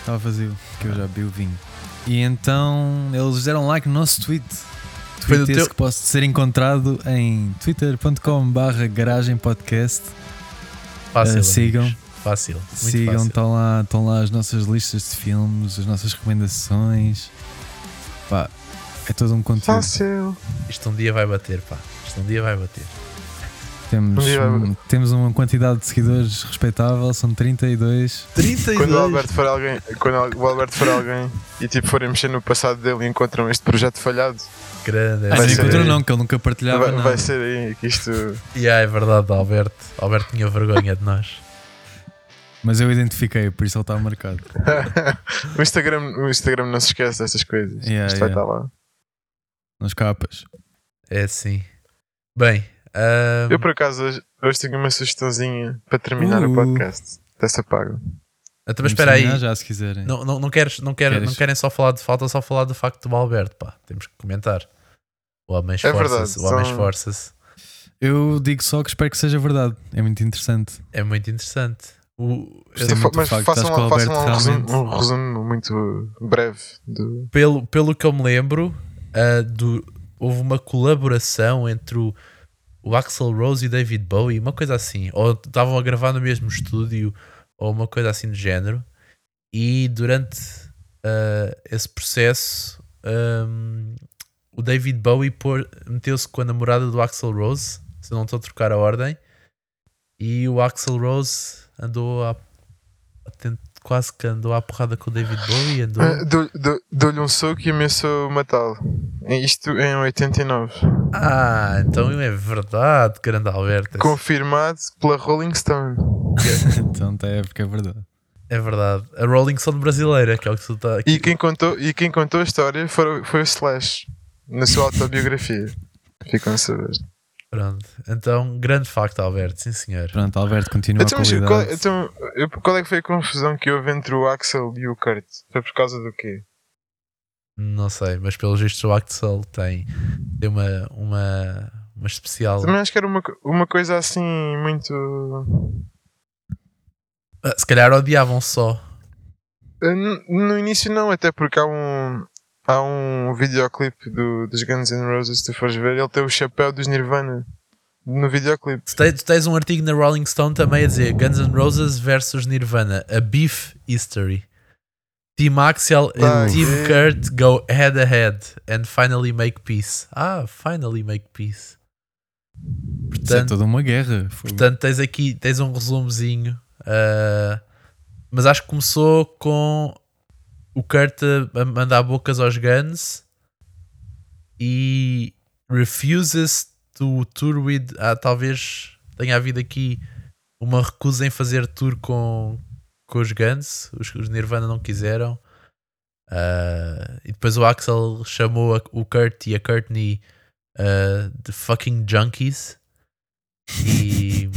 Speaker 3: Estava vazio, que eu já vi o vinho. E então eles deram like no nosso tweet.
Speaker 1: Foi do
Speaker 3: Tweet esse
Speaker 1: teu-
Speaker 3: que pode ser encontrado em twitter.com barra garagempodcast.
Speaker 1: Fácil.
Speaker 3: Eh,
Speaker 1: amigos.
Speaker 3: sigam.
Speaker 1: Fácil. Muito
Speaker 3: Sigam,
Speaker 1: fácil.
Speaker 3: estão lá, estão lá as nossas listas de filmes, as nossas recomendações. Pá, é todo um conteúdo.
Speaker 2: Fácil.
Speaker 1: Isto um dia vai bater, pá. Isto um dia vai bater.
Speaker 2: Bom
Speaker 3: Temos,
Speaker 2: dia,
Speaker 3: um-
Speaker 2: Alberto.
Speaker 3: temos uma quantidade de seguidores respeitável, são 32.
Speaker 1: 32.
Speaker 2: Quando o Alberto for alguém, quando al- o Alberto for alguém e tipo forem mexer no passado dele e encontram este projeto falhado,
Speaker 1: Grande. é assim.
Speaker 3: Ah,
Speaker 2: Vai
Speaker 3: não
Speaker 2: ser-
Speaker 3: encontrou não, que ele nunca partilhava
Speaker 2: vai,
Speaker 3: nada.
Speaker 2: vai ser aí que isto.
Speaker 1: Yeah, é verdade, Alberto. Alberto tinha vergonha de nós.
Speaker 3: Mas eu identifiquei, por isso ele está marcado.
Speaker 2: o, Instagram, o Instagram não se esquece dessas coisas.
Speaker 3: Yeah,
Speaker 2: isto vai
Speaker 3: yeah.
Speaker 2: estar lá.
Speaker 3: Nas capas.
Speaker 1: É assim. Bem. ahm,
Speaker 2: Eu por acaso hoje, hoje tenho uma sugestãozinha para terminar
Speaker 3: Uh.
Speaker 2: o podcast. Dessa paga.
Speaker 1: então, mas espera aí.
Speaker 3: Já se quiserem.
Speaker 1: Não, não, não, queres, não, queres,
Speaker 3: Queres?
Speaker 1: não querem só falar de falta, só falar do facto do Alberto, pá. Temos que comentar. O homem esforça-se.
Speaker 2: É verdade,
Speaker 1: o homem
Speaker 2: são-
Speaker 1: esforça-se.
Speaker 3: Eu digo só que espero que seja verdade. É muito interessante.
Speaker 1: É muito interessante. O,
Speaker 3: Isto é muito
Speaker 2: Mas
Speaker 3: facto,
Speaker 2: façam
Speaker 3: acho que o
Speaker 2: lá, façam lá um,
Speaker 3: Alberto
Speaker 2: resumo,
Speaker 3: realmente-
Speaker 2: um resumo muito breve do.
Speaker 1: pelo, pelo que eu me lembro, ah, do, houve uma colaboração entre o, o Axel Rose e o David Bowie, uma coisa assim. Ou estavam a gravar no mesmo estúdio, ou uma coisa assim do género. E durante ah, esse processo, ahm, o David Bowie pôr- meteu-se com a namorada do Axel Rose, se eu não estou a trocar a ordem. E o Axel Rose andou a. a tent- Quase que andou à porrada com o David Bowie. Andou...
Speaker 2: Ah, dou- dou- Dou-lhe um soco e ameaçou matá-lo. É Isto em 89.
Speaker 1: Ah, então é verdade, grande Alberto.
Speaker 2: Confirmado pela Rolling Stone.
Speaker 3: Então tá, é porque é verdade.
Speaker 1: É verdade. A Rolling Stone brasileira, que é o que tu está
Speaker 2: E quem contou, e quem contou a história foi, foi o Slash na sua autobiografia. Ficam a saber.
Speaker 1: Pronto. Então, grande facto, Alberto, sim senhor.
Speaker 3: Pronto, Alberto, continua
Speaker 2: Então,
Speaker 3: a
Speaker 2: mas
Speaker 3: qualidade.
Speaker 2: qual, então, eu- qual é que foi a confusão que houve entre o Axel e o Kurt? Foi por causa do quê?
Speaker 1: Não sei, mas pelos vistos o Axel tem, tem uma, uma, uma especial.
Speaker 2: Também acho que era uma, co- uma coisa assim muito.
Speaker 1: Ah, se calhar odiavam só.
Speaker 2: Eh, n- No início não, até porque há um. Há um videoclipe do, dos Guns N' Roses, se tu fores ver, ele tem o chapéu dos Nirvana no videoclipe.
Speaker 1: Tu tens, tu tens um artigo na Rolling Stone também a dizer Guns N' Roses versus Nirvana, a Beef History. Team Axel and
Speaker 2: Tá,
Speaker 1: Team
Speaker 2: é.
Speaker 1: Kurt go head a head and finally make peace. Ah, finally make peace.
Speaker 3: Isso é
Speaker 1: Portanto,
Speaker 3: toda uma guerra. Foi-
Speaker 1: Portanto, tens aqui tens um resumozinho. ah, mas acho que começou com o Kurt a a mandar bocas aos Guns e refuses to tour with. Ah, talvez tenha havido aqui uma recusa em fazer tour com, com os Guns. Os, os Nirvana não quiseram. Ah, e depois o Axel chamou a- o Kurt e a Courtney ah, de fucking junkies. E,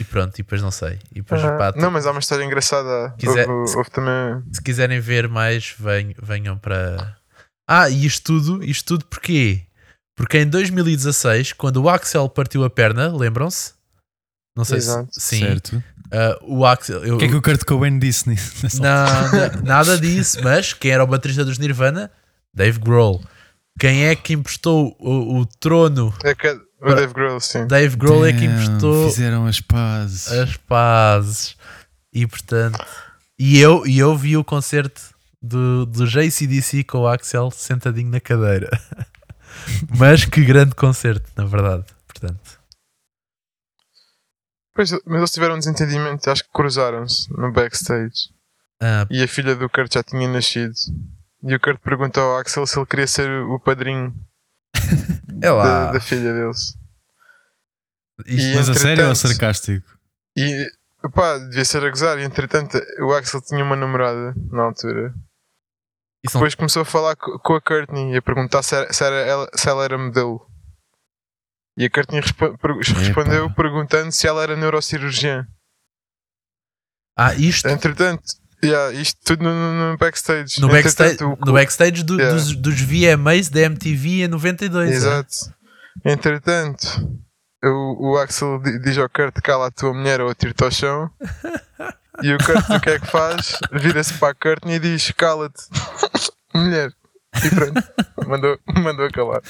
Speaker 1: e pronto, e depois não sei. E depois,
Speaker 2: Ah,
Speaker 1: pá, tipo,
Speaker 2: não, mas há uma história engraçada.
Speaker 1: Quiser-
Speaker 2: Houve, houve também.
Speaker 1: se quiserem ver mais, ven- venham para. Ah, e isto tudo, isto tudo porquê? Porque em 2016, quando o Axel partiu a perna, lembram-se? Não sei se.
Speaker 2: Exato.
Speaker 1: Sim.
Speaker 3: Certo.
Speaker 1: Ah, o Axel. Eu,
Speaker 3: O que é que o Kurt Cobain disse nisso? nessa
Speaker 1: Não, na- nada disso, mas quem era o baterista dos Nirvana? Dave Grohl. Quem é que emprestou o, o trono?
Speaker 2: É que- o
Speaker 1: Para-
Speaker 2: Dave Grohl, sim.
Speaker 1: Dave Grohl é que
Speaker 3: Damn,
Speaker 1: emprestou
Speaker 3: Fizeram as pazes.
Speaker 1: as pazes. E portanto. E eu, e eu vi o concerto do, do JCDC com o Axel sentadinho na cadeira. Mas que grande concerto, na verdade. Portanto,
Speaker 2: Pois, mas eles tiveram um desentendimento, acho que cruzaram-se no backstage.
Speaker 1: ah,
Speaker 2: E a filha do Kurt já tinha nascido. E o Kurt perguntou ao Axel se ele queria ser o padrinho
Speaker 1: é
Speaker 2: da,
Speaker 1: lá.
Speaker 2: da filha deles.
Speaker 1: Isto-
Speaker 3: Mas a sério ou a
Speaker 2: entretanto-
Speaker 3: sarcástico?
Speaker 2: E pá, devia ser a gozar. E entretanto, o Axel tinha uma namorada na altura.
Speaker 1: isto não-
Speaker 2: Depois começou a falar co- com a Courtney e a perguntar se, era, se, era ela, se ela era modelo. E a Courtney respo- per- respondeu perguntando se ela era neurocirurgiã.
Speaker 1: Ah, isto
Speaker 2: Entretanto, yeah, isto tudo no- no, no backstage.
Speaker 1: no backstage,
Speaker 2: Entretanto, o-
Speaker 1: no backstage do-
Speaker 2: Yeah.
Speaker 1: dos, dos VMAs da MTV em 92. é?
Speaker 2: Exato. Entretanto, o, o Axel di- diz ao Kurt cala a tua mulher ou atira-te ao chão. E o Kurt o que é que faz? Vira-se para a Courtney e diz cala-te, mulher. E pronto, mandou, mandou calar.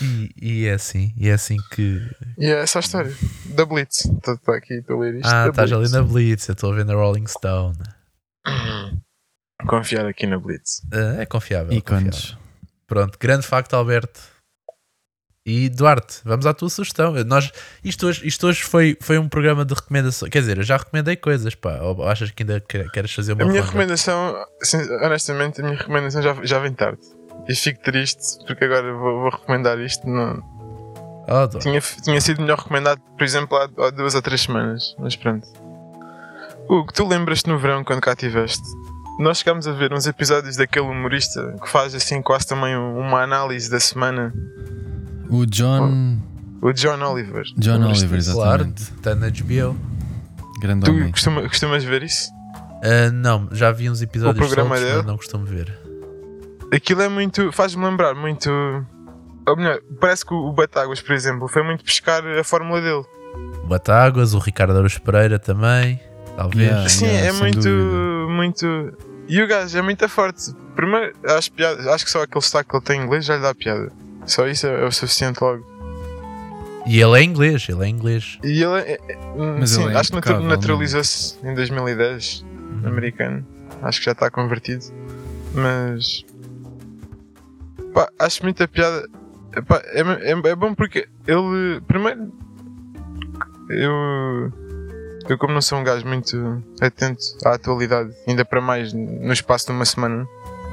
Speaker 1: E, e é assim, e é assim que.
Speaker 2: E é essa a história da Blitz. Está tá aqui, estou a ler isto.
Speaker 1: ah,
Speaker 2: da
Speaker 1: estás ali
Speaker 2: Blitz.
Speaker 1: na Blitz, eu estou a ver na Rolling Stone.
Speaker 2: Confiar aqui na Blitz.
Speaker 1: Ah, é confiável. é confiável.
Speaker 3: Ícones.
Speaker 1: Pronto, grande facto, Alberto. E Duarte, vamos à tua sugestão. Eu- Nós, isto hoje, isto hoje foi, foi um programa de recomendações. Quer dizer, eu já recomendei coisas, pá. Ou achas que ainda que- queres fazer uma
Speaker 2: A minha
Speaker 1: ronda?
Speaker 2: recomendação, sin- honestamente, a minha recomendação já, já vem tarde. E fico triste porque agora vou, vou recomendar isto. Não,
Speaker 1: Oh, Duarte.
Speaker 2: tinha, tinha sido melhor recomendado, por exemplo, há, há duas ou três semanas. Mas pronto. Hugo, tu lembras-te no verão quando cá estiveste? Nós chegámos a ver uns episódios daquele humorista que faz assim quase também um- uma análise da semana,
Speaker 3: O John.
Speaker 2: o John Oliver.
Speaker 3: John
Speaker 2: Lembras-te?
Speaker 3: Oliver,
Speaker 1: Claro,
Speaker 3: exatamente.
Speaker 1: está na HBO.
Speaker 3: Grande
Speaker 2: Tu
Speaker 3: homem.
Speaker 2: costuma, costumas ver isso?
Speaker 1: Ah, não, já vi uns episódios
Speaker 2: programa é
Speaker 1: soltos,
Speaker 2: dele?
Speaker 1: mas não costumo ver.
Speaker 2: Aquilo é muito. faz-me lembrar muito. Ou melhor, parece que o Batáguas, por exemplo, foi muito pescar a fórmula dele.
Speaker 1: O Batáguas, o Ricardo Aruz Pereira também, talvez.
Speaker 3: Yeah.
Speaker 2: Sim,
Speaker 3: Ah, yeah,
Speaker 2: é
Speaker 3: sem
Speaker 2: muito.
Speaker 3: dúvida.
Speaker 2: muito. E o gajo é muito forte. Primeiro, acho, piada, acho que só aquele sotaque que ele tem em inglês já lhe dá piada. Só isso é, é o suficiente logo.
Speaker 1: E ele é inglês, ele é inglês.
Speaker 2: E ele é. é-
Speaker 3: Mas
Speaker 2: sim,
Speaker 3: ele é
Speaker 2: acho que natu-
Speaker 3: impecável,
Speaker 2: naturalizou-se em 2010,
Speaker 1: Uhum.
Speaker 2: americano. Acho que já está convertido. Mas. Pá, acho muita piada. Pá, é, é- é bom porque ele. Primeiro. Eu. Eu, como não sou um gajo muito atento à atualidade, ainda para mais no espaço de uma semana,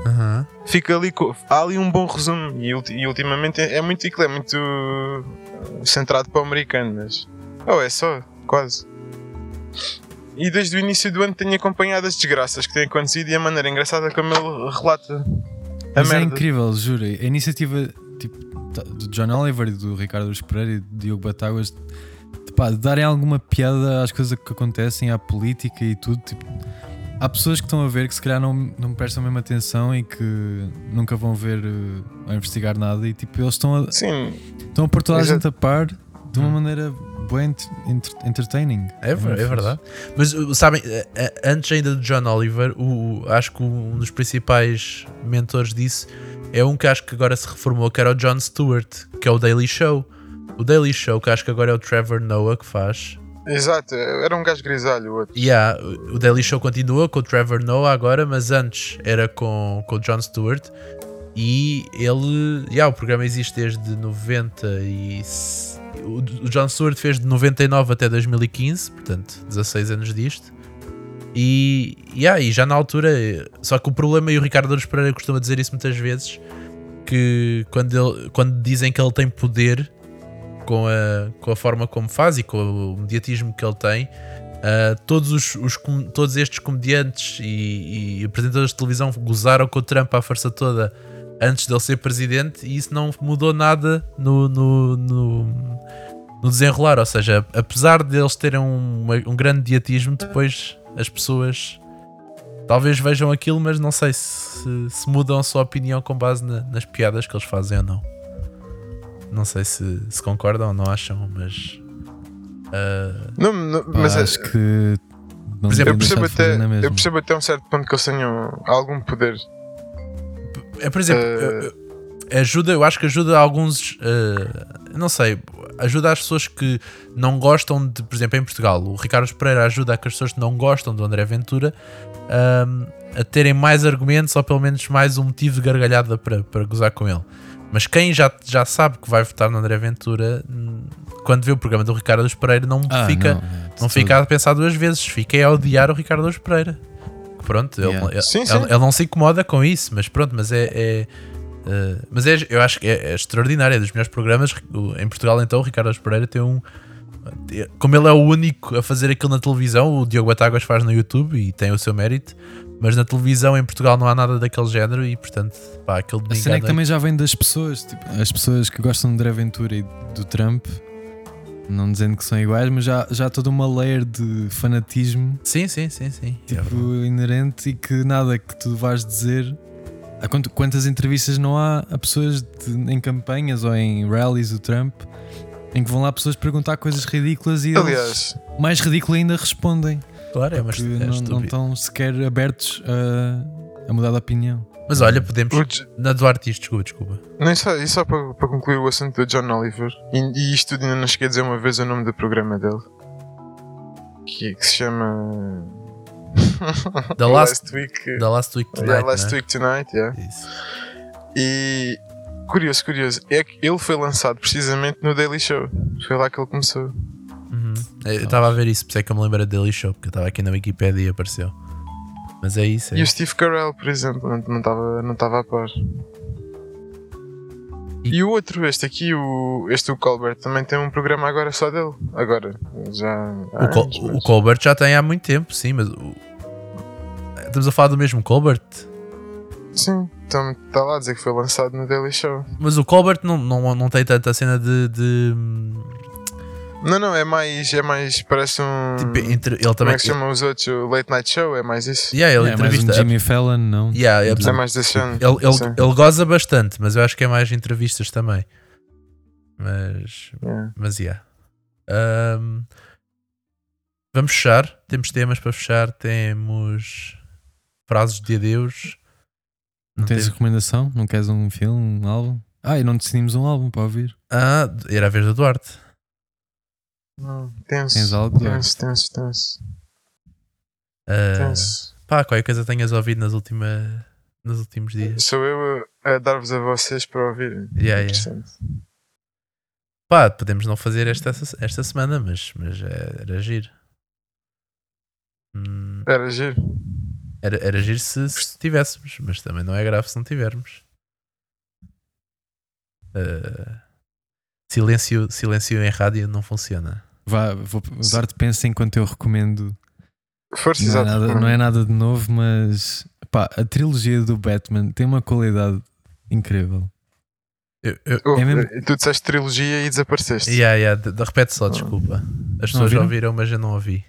Speaker 1: Aham.
Speaker 2: fica ali. co- Há ali um bom resumo. E, ulti- e ultimamente é, é muito. aquilo É muito. uh, centrado para o americano, mas. Oh, é só. Quase. E desde o início do ano tenho acompanhado as desgraças que têm acontecido e a maneira engraçada como ele relata a
Speaker 3: Mas é
Speaker 2: merda.
Speaker 3: incrível, juro. A iniciativa tipo, tá- do John Oliver e do Ricardo Luís Pereira e do Diogo Batáguas de, pá, de darem alguma piada às coisas que acontecem, à política e tudo. tipo, há pessoas que estão a ver que se calhar não, não prestam a mesma atenção e que nunca vão ver eh, ou investigar nada e tipo, eles estão a,
Speaker 2: Sim,
Speaker 3: estão a pôr toda a
Speaker 2: Exato. Hum.
Speaker 3: gente a par de uma maneira boa ent- enter- entertaining.
Speaker 1: É, ver- é verdade. Mas uh, sabem, eh, eh, antes ainda do John Oliver, o, o- acho que um dos principais mentores disso é um que acho que agora se reformou, que era o John Stewart, que é o Daily Show. O Daily Show, que acho que agora é o Trevor Noah que faz.
Speaker 2: exato. Era um gajo grisalho o outro.
Speaker 1: E há- o Daily Show continua com o Trevor Noah agora, mas antes era com, com o John Stewart. E ele. Yeah, o programa existe desde 90 e. se- O o John Stewart fez de 99 até 2015, portanto, 16 anos disto. E, yeah, e já na altura. Só que o problema, e o Ricardo Aruz Pereira costuma dizer isso muitas vezes, que quando, ele, quando dizem que ele tem poder com a, com a forma como faz e com o mediatismo que ele tem, ah, todos, os, os com- todos estes comediantes e, e apresentadores de televisão gozaram com o Trump à força toda antes dele ser presidente e isso não mudou nada no, no, no, no desenrolar. Ou seja, apesar deles terem um, um grande mediatismo, depois as pessoas talvez vejam aquilo, mas não sei se, se mudam a sua opinião com base na- nas piadas que eles fazem ou não. Não sei se, se concordam ou não acham, mas Ah,
Speaker 2: Não, não,
Speaker 3: Pá,
Speaker 2: mas é-
Speaker 3: acho que. Não é
Speaker 1: exemplo, Tem
Speaker 2: eu percebo, até,
Speaker 3: na mesma.
Speaker 2: eu percebo até um certo ponto que eles tenham algum poder.
Speaker 1: é, por exemplo,
Speaker 2: Eh.
Speaker 1: eh, ajuda, eu acho que ajuda a alguns, eh, não sei, ajuda às pessoas que não gostam de, por exemplo, em Portugal, o Ricardo Pereira ajuda a que as pessoas que não gostam do André Ventura ahm, a terem mais argumentos ou pelo menos mais um motivo de gargalhada para, para gozar com ele. Mas quem já, já sabe que vai votar no André Ventura, hum, quando vê o programa do Ricardo Pereira, não
Speaker 3: Ah,
Speaker 1: fica.
Speaker 3: não, é, de
Speaker 1: Não
Speaker 3: todo.
Speaker 1: fica a pensar duas vezes, fiquei a odiar o Ricardo Alves Pereira. Que Pronto, ele,
Speaker 3: Yeah.
Speaker 1: ele-
Speaker 2: Sim,
Speaker 1: ele-
Speaker 2: sim.
Speaker 1: ele não se incomoda com isso, mas pronto, mas é. é, eh, mas é, eu acho que é, é extraordinário, é dos melhores programas. O- Em Portugal, então, o Ricardo Alves Pereira tem um. é- Como ele é o único a fazer aquilo na televisão, o Diogo Batáguas faz no YouTube e tem o seu mérito, mas na televisão em Portugal não há nada daquele género e, portanto, pá, aquele
Speaker 3: A
Speaker 1: domingo.
Speaker 3: cena
Speaker 1: à
Speaker 3: é que
Speaker 1: noite-
Speaker 3: também já vem das pessoas, tipo, as pessoas que gostam de André Ventura e do Trump, não dizendo que são iguais, mas já, já há toda uma layer de fanatismo
Speaker 1: Sim, sim, sim, sim. É
Speaker 3: tipo,
Speaker 1: verdade.
Speaker 3: inerente e que nada que tu vais dizer. Há quant- quantas entrevistas não há a pessoas de- em campanhas ou em rallies do Trump em que vão lá pessoas perguntar coisas ridículas e eles,
Speaker 2: Aliás,
Speaker 3: mais ridículo ainda, respondem?
Speaker 1: claro, é uma
Speaker 3: porque
Speaker 1: estu- é
Speaker 3: não, não
Speaker 1: estúpido.
Speaker 3: estão sequer abertos a, a mudar de opinião.
Speaker 1: Mas olha, podemos.
Speaker 2: o J-
Speaker 1: Na Duarte, isto, desculpa, desculpa.
Speaker 2: nem só, e só para, para concluir o assunto do John Oliver, e, e isto ainda não cheguei a dizer uma vez o nome do programa dele, que, que se chama.
Speaker 1: The Last
Speaker 2: Week.
Speaker 1: Da Last Week
Speaker 2: yeah,
Speaker 1: Tonight.
Speaker 2: last
Speaker 1: né?
Speaker 2: Week Tonight, yeah.
Speaker 1: Isso.
Speaker 2: E curioso, curioso, é que ele foi lançado precisamente no Daily Show. Foi lá que ele começou.
Speaker 1: Uhum. Eu estava a ver isso, por isso é que eu me lembro da Daily Show, porque eu estava aqui na Wikipedia e apareceu. Mas é isso. É.
Speaker 2: E o Steve Carell, por exemplo, não- não estava não tava a par. E o outro, este aqui, o, este o Colbert, também tem um programa agora só dele. Agora, já. há
Speaker 1: O, Col-
Speaker 2: anos,
Speaker 1: o
Speaker 2: mas-
Speaker 1: Colbert já tem há muito tempo, sim, mas o- estamos a falar do mesmo Colbert.
Speaker 2: Sim, está Então, tá lá a dizer que foi lançado no Daily Show.
Speaker 1: Mas o Colbert não, não, não tem tanta cena de. de,
Speaker 2: Não, não, é mais. É mais parece um.
Speaker 1: tipo, entre, ele
Speaker 2: como
Speaker 1: também.
Speaker 2: é que se chamam os outros? O Late Night Show, é mais isso?
Speaker 1: Yeah, ele
Speaker 3: é mais um
Speaker 1: entrevista.
Speaker 3: Jimmy Fallon, não?
Speaker 1: Yeah, é-
Speaker 3: É
Speaker 2: É
Speaker 1: ele,
Speaker 2: mais desse ano.
Speaker 1: ele,
Speaker 2: Sim.
Speaker 1: ele goza bastante, mas eu acho que é mais entrevistas também. Mas.
Speaker 2: Yeah.
Speaker 1: Mas yeah. Ahm, vamos fechar. Temos temas para fechar. Temos frases de adeus.
Speaker 3: Não tens
Speaker 1: teve-
Speaker 3: recomendação? Não queres um filme, um álbum? Ah, e não decidimos um álbum para ouvir.
Speaker 1: Ah, era a vez do Duarte.
Speaker 2: Hum, Tenso.
Speaker 3: Tens algo? Duarte?
Speaker 2: Tenso, tenso, tenso.
Speaker 1: Ah,
Speaker 2: tenso.
Speaker 1: pá, qualquer coisa tenhas ouvido nas última, nos últimos dias.
Speaker 2: Sou eu a, a dar-vos a vocês para ouvirem.
Speaker 1: Yeah, yeah.
Speaker 2: Interessante.
Speaker 1: Pá, podemos não fazer esta, esta semana, mas, mas eh, era giro. Hum,
Speaker 2: Era giro.
Speaker 1: era, era giro se, se tivéssemos, mas também não é grave se não tivermos. Ah, silêncio, silêncio em rádio não funciona.
Speaker 3: Vá, vou, o Duarte pensa enquanto eu recomendo.
Speaker 2: Força,
Speaker 3: Não é,
Speaker 2: exato.
Speaker 3: nada, não é nada de novo, mas pá, a trilogia do Batman tem uma qualidade incrível.
Speaker 1: Eu, eu,
Speaker 2: Oh,
Speaker 3: É mesmo-
Speaker 2: e Tu disseste trilogia e desapareceste.
Speaker 1: yeah, yeah, de, de- repete só, desculpa. As pessoas já
Speaker 3: ouviram?
Speaker 1: ouviram, mas eu não ouvi.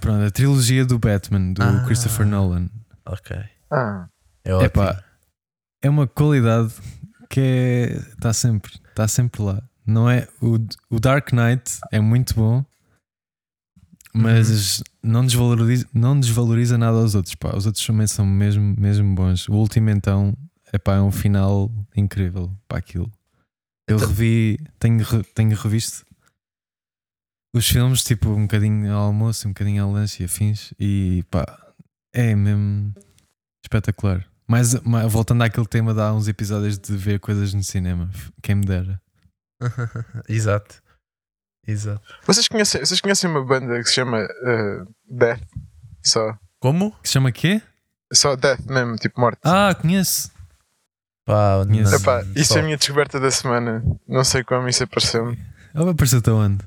Speaker 3: Pronto, a trilogia do Batman, do
Speaker 1: Ah.
Speaker 3: Christopher Nolan,
Speaker 1: Ok.
Speaker 2: Ah,
Speaker 1: É ótimo.
Speaker 3: Epá. é uma qualidade que é- está sempre, está sempre lá. Não é o, o Dark Knight é muito bom, mas não desvaloriza, não desvaloriza nada aos outros. Pá. Os outros também são mesmo, mesmo bons. O último então é é um final incrível para aquilo. Eu
Speaker 1: Então-
Speaker 3: revi, tenho, re- tenho revisto os filmes, tipo um bocadinho ao almoço, um bocadinho ao lanche e afins, e pá, é mesmo espetacular. Mas, ma- voltando àquele tema de há uns episódios de ver coisas no cinema, f- quem me dera.
Speaker 1: Exato. Exato.
Speaker 2: vocês, conhecem, vocês conhecem uma banda que se chama eh, Death? Só.
Speaker 1: Como?
Speaker 3: Que se chama quê?
Speaker 2: Só Death mesmo, tipo morte.
Speaker 3: Ah, conheço!
Speaker 1: Pá, não,
Speaker 3: Conheço.
Speaker 2: Epá, isso
Speaker 1: só.
Speaker 2: é a minha descoberta da semana. Não sei como isso apareceu-me.
Speaker 3: Ela apareceu-te onde?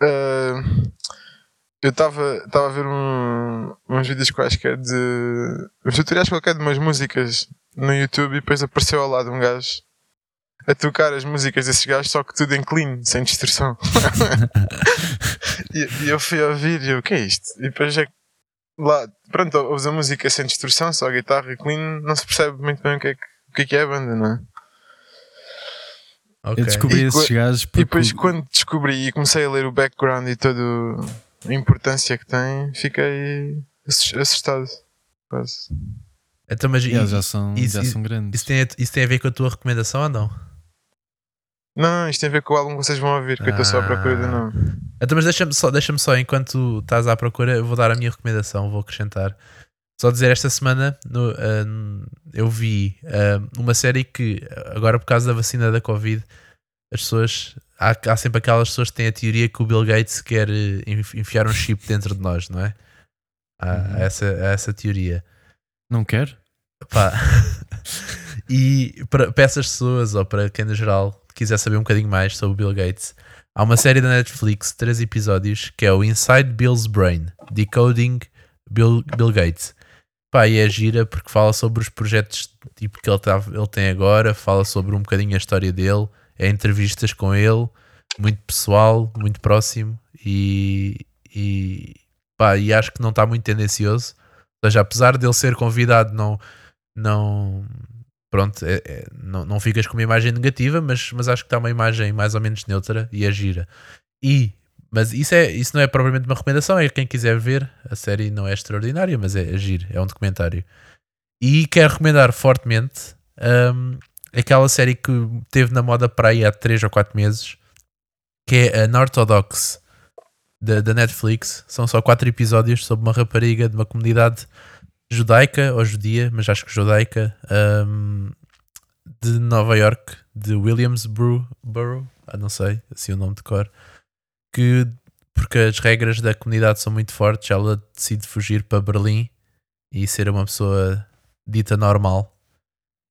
Speaker 2: Ah, eu estava a ver um- uns vídeos quaisquer de. uns tutoriais qualquer de umas músicas no YouTube e depois apareceu ao lado um gajo a tocar as músicas desses gajos, só que tudo em clean, sem distorção. e, e eu fui ouvir e eu, o que é isto? E depois é que lá, pronto, ouves a música sem distorção, só a guitarra e clean, não se percebe muito bem o que é que, o que, é, que é a banda, não é?
Speaker 1: Ok.
Speaker 3: Eu descobri
Speaker 2: E
Speaker 3: esses
Speaker 2: co-
Speaker 3: gajos
Speaker 2: E
Speaker 3: porque
Speaker 2: depois quando descobri e comecei a ler o background e toda a importância que tem, fiquei assus- assustado. Quase.
Speaker 1: Então, mas
Speaker 3: eles
Speaker 1: e-
Speaker 3: já são,
Speaker 1: isso-
Speaker 3: já
Speaker 1: isso-
Speaker 3: são grandes.
Speaker 1: isso, tem, a- isso tem a ver com a tua recomendação ou não?
Speaker 2: Não, não, isto tem a ver com o álbum que vocês vão ouvir, que eu estou só à procura do
Speaker 1: Ah.
Speaker 2: nome.
Speaker 1: Então, mas deixa-me só, deixa só, enquanto estás à procura, eu vou dar a minha recomendação, vou acrescentar. Só dizer, esta semana no, ah, n- eu vi ah, uma série que, agora por causa da vacina da Covid, as pessoas. Há, há sempre aquelas pessoas que têm a teoria que o Bill Gates quer eh, enf- enfiar um chip dentro de nós, não é? Há
Speaker 3: Uhum.
Speaker 1: essa, há essa teoria.
Speaker 3: Não quero?
Speaker 1: Pá. e para, para essas pessoas, ou para quem no geral quiser saber um bocadinho mais sobre o Bill Gates, há uma série da Netflix, três episódios, que é o Inside Bill's Brain Decoding Bill, Bill Gates. Pá, e é gira porque fala sobre os projetos tipo, que ele, tá- ele tem agora, fala sobre um bocadinho a história dele, é entrevistas com ele, muito pessoal, muito próximo e, e, pá, e acho que não está muito tendencioso. Ou seja, apesar dele ser convidado, não, não pronto, é- é- não, não ficas com uma imagem negativa, mas, mas acho que está uma imagem mais ou menos neutra e é gira. E, mas isso, é, isso não é propriamente uma recomendação, é quem quiser ver, a série não é extraordinária, mas é, é giro, é um documentário. E quero recomendar fortemente hum, aquela série que teve na moda para aí há 3 ou 4 meses, que é a Orthodox da, da Netflix. São só 4 episódios sobre uma rapariga de uma comunidade judaica ou judia, mas acho que judaica, hum, de Nova York, de Williamsboro, Borough, ah, não sei assim o nome de cor, que porque as regras da comunidade são muito fortes, ela decide fugir para Berlim e ser uma pessoa dita normal.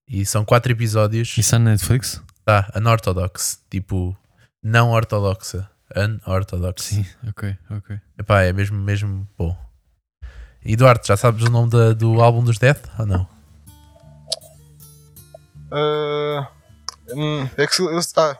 Speaker 1: E são quatro episódios.
Speaker 3: Isso é na Netflix?
Speaker 1: Tá, unorthodox, tipo, não ortodoxa. Unorthodox.
Speaker 3: Sim, ok, ok.
Speaker 1: Epá, é mesmo, mesmo bom. Eduardo, já sabes o nome da- do álbum dos Death ou não?
Speaker 2: Ah, hum, é que se- ah,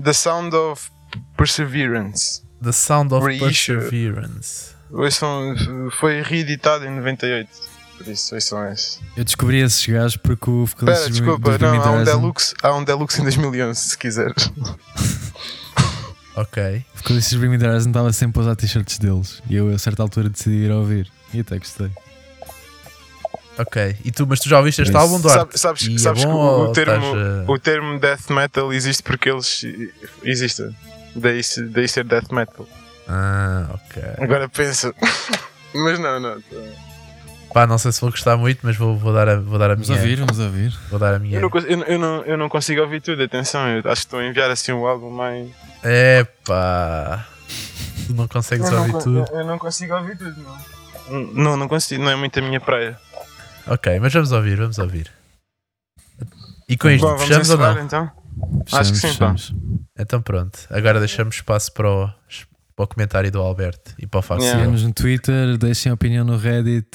Speaker 2: The Sound of Perseverance.
Speaker 1: The Sound of
Speaker 2: Reissue.
Speaker 1: Perseverance.
Speaker 2: Ouçam, foi reeditado em 98. Por isso, ouçam esse.
Speaker 3: Eu descobri esses gajos porque o
Speaker 2: Espera,
Speaker 3: vocalista dos-
Speaker 2: desculpa,
Speaker 3: dos
Speaker 2: não,
Speaker 3: Bring
Speaker 2: há
Speaker 3: Me
Speaker 2: um,
Speaker 3: Horizon-
Speaker 2: deluxe, há um Deluxe em 2011, se quiseres.
Speaker 1: Ok.
Speaker 3: o vocalista dos Bring Me The Horizon estava sempre a usar t-shirts deles e eu a certa altura decidi ir ouvir e até gostei.
Speaker 1: Ok. E tu, mas tu já ouviste este
Speaker 3: Isso.
Speaker 1: álbum, Duarte?
Speaker 2: Sabes, sabes,
Speaker 1: E é
Speaker 2: sabes que
Speaker 1: bom
Speaker 2: o,
Speaker 1: ou
Speaker 2: o termo,
Speaker 1: estás eh, a-
Speaker 2: o termo death metal existe porque eles e- existem. Daí, se- daí ser death metal.
Speaker 1: Ah, ok.
Speaker 2: Agora pensa. Mas não, não.
Speaker 1: Pá, não sei se vou gostar muito, mas vou, vou, dar, a, vou dar a
Speaker 3: Vamos
Speaker 1: minha.
Speaker 3: ouvir, vamos ouvir.
Speaker 1: Vou dar a minha.
Speaker 2: Eu não, cons- eu, não- eu não, eu não consigo ouvir tudo, atenção. Eu acho que estou a enviar assim um álbum mais.
Speaker 1: Epá. Tu não consegues
Speaker 2: não,
Speaker 1: ouvir
Speaker 2: con-
Speaker 1: tudo.
Speaker 2: eu- eu não consigo ouvir tudo, não. Hum, Não, não consigo, não é muito a minha praia.
Speaker 1: Ok, mas vamos ouvir, vamos ouvir. E com isto,
Speaker 2: Bom, vamos
Speaker 1: fechamos ou não?
Speaker 2: encerrar então? Acho que sim,
Speaker 3: Fechamos, fechamos.
Speaker 1: Então pronto, agora deixamos espaço para o, para o comentário do Alberto e para o Fábio.
Speaker 2: Yeah.
Speaker 3: Sigam-nos no Twitter, deixem a opinião no Reddit.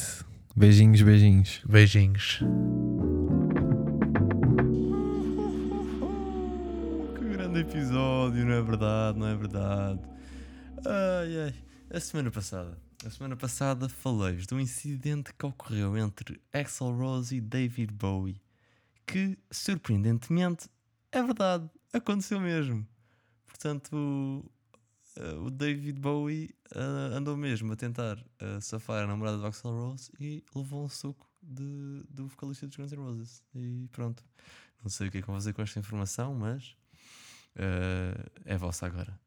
Speaker 3: Beijinhos, beijinhos.
Speaker 1: Beijinhos.
Speaker 4: Que grande episódio, não é verdade, não é verdade. Ai, ai. A semana passada, a semana passada falei-vos de um incidente que ocorreu entre Axel Rose e David Bowie, que surpreendentemente é verdade, aconteceu mesmo. Portanto, o- eh, o David Bowie eh, andou mesmo a tentar eh, safar a namorada do Axel Rose e levou um soco de- do vocalista dos Guns N' Roses. E pronto. Não sei o que é que vão fazer com esta informação, mas eh, é vossa agora.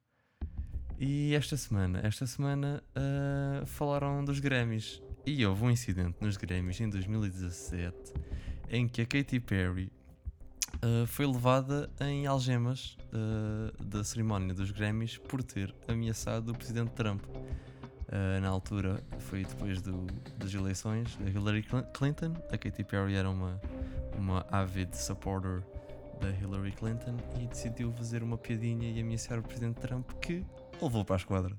Speaker 4: E esta semana, esta semana eh, falaram dos Grammys. E houve um incidente nos Grammys em 2017 em que a Katy Perry eh, foi levada em algemas eh, da cerimónia dos Grammys por ter ameaçado o presidente Trump. Eh, na altura foi depois do- das eleições da Hillary Clin- Clinton. A Katy Perry era uma uma avid supporter da Hillary Clinton e decidiu fazer uma piadinha e ameaçar o presidente Trump que o levou para a esquadra.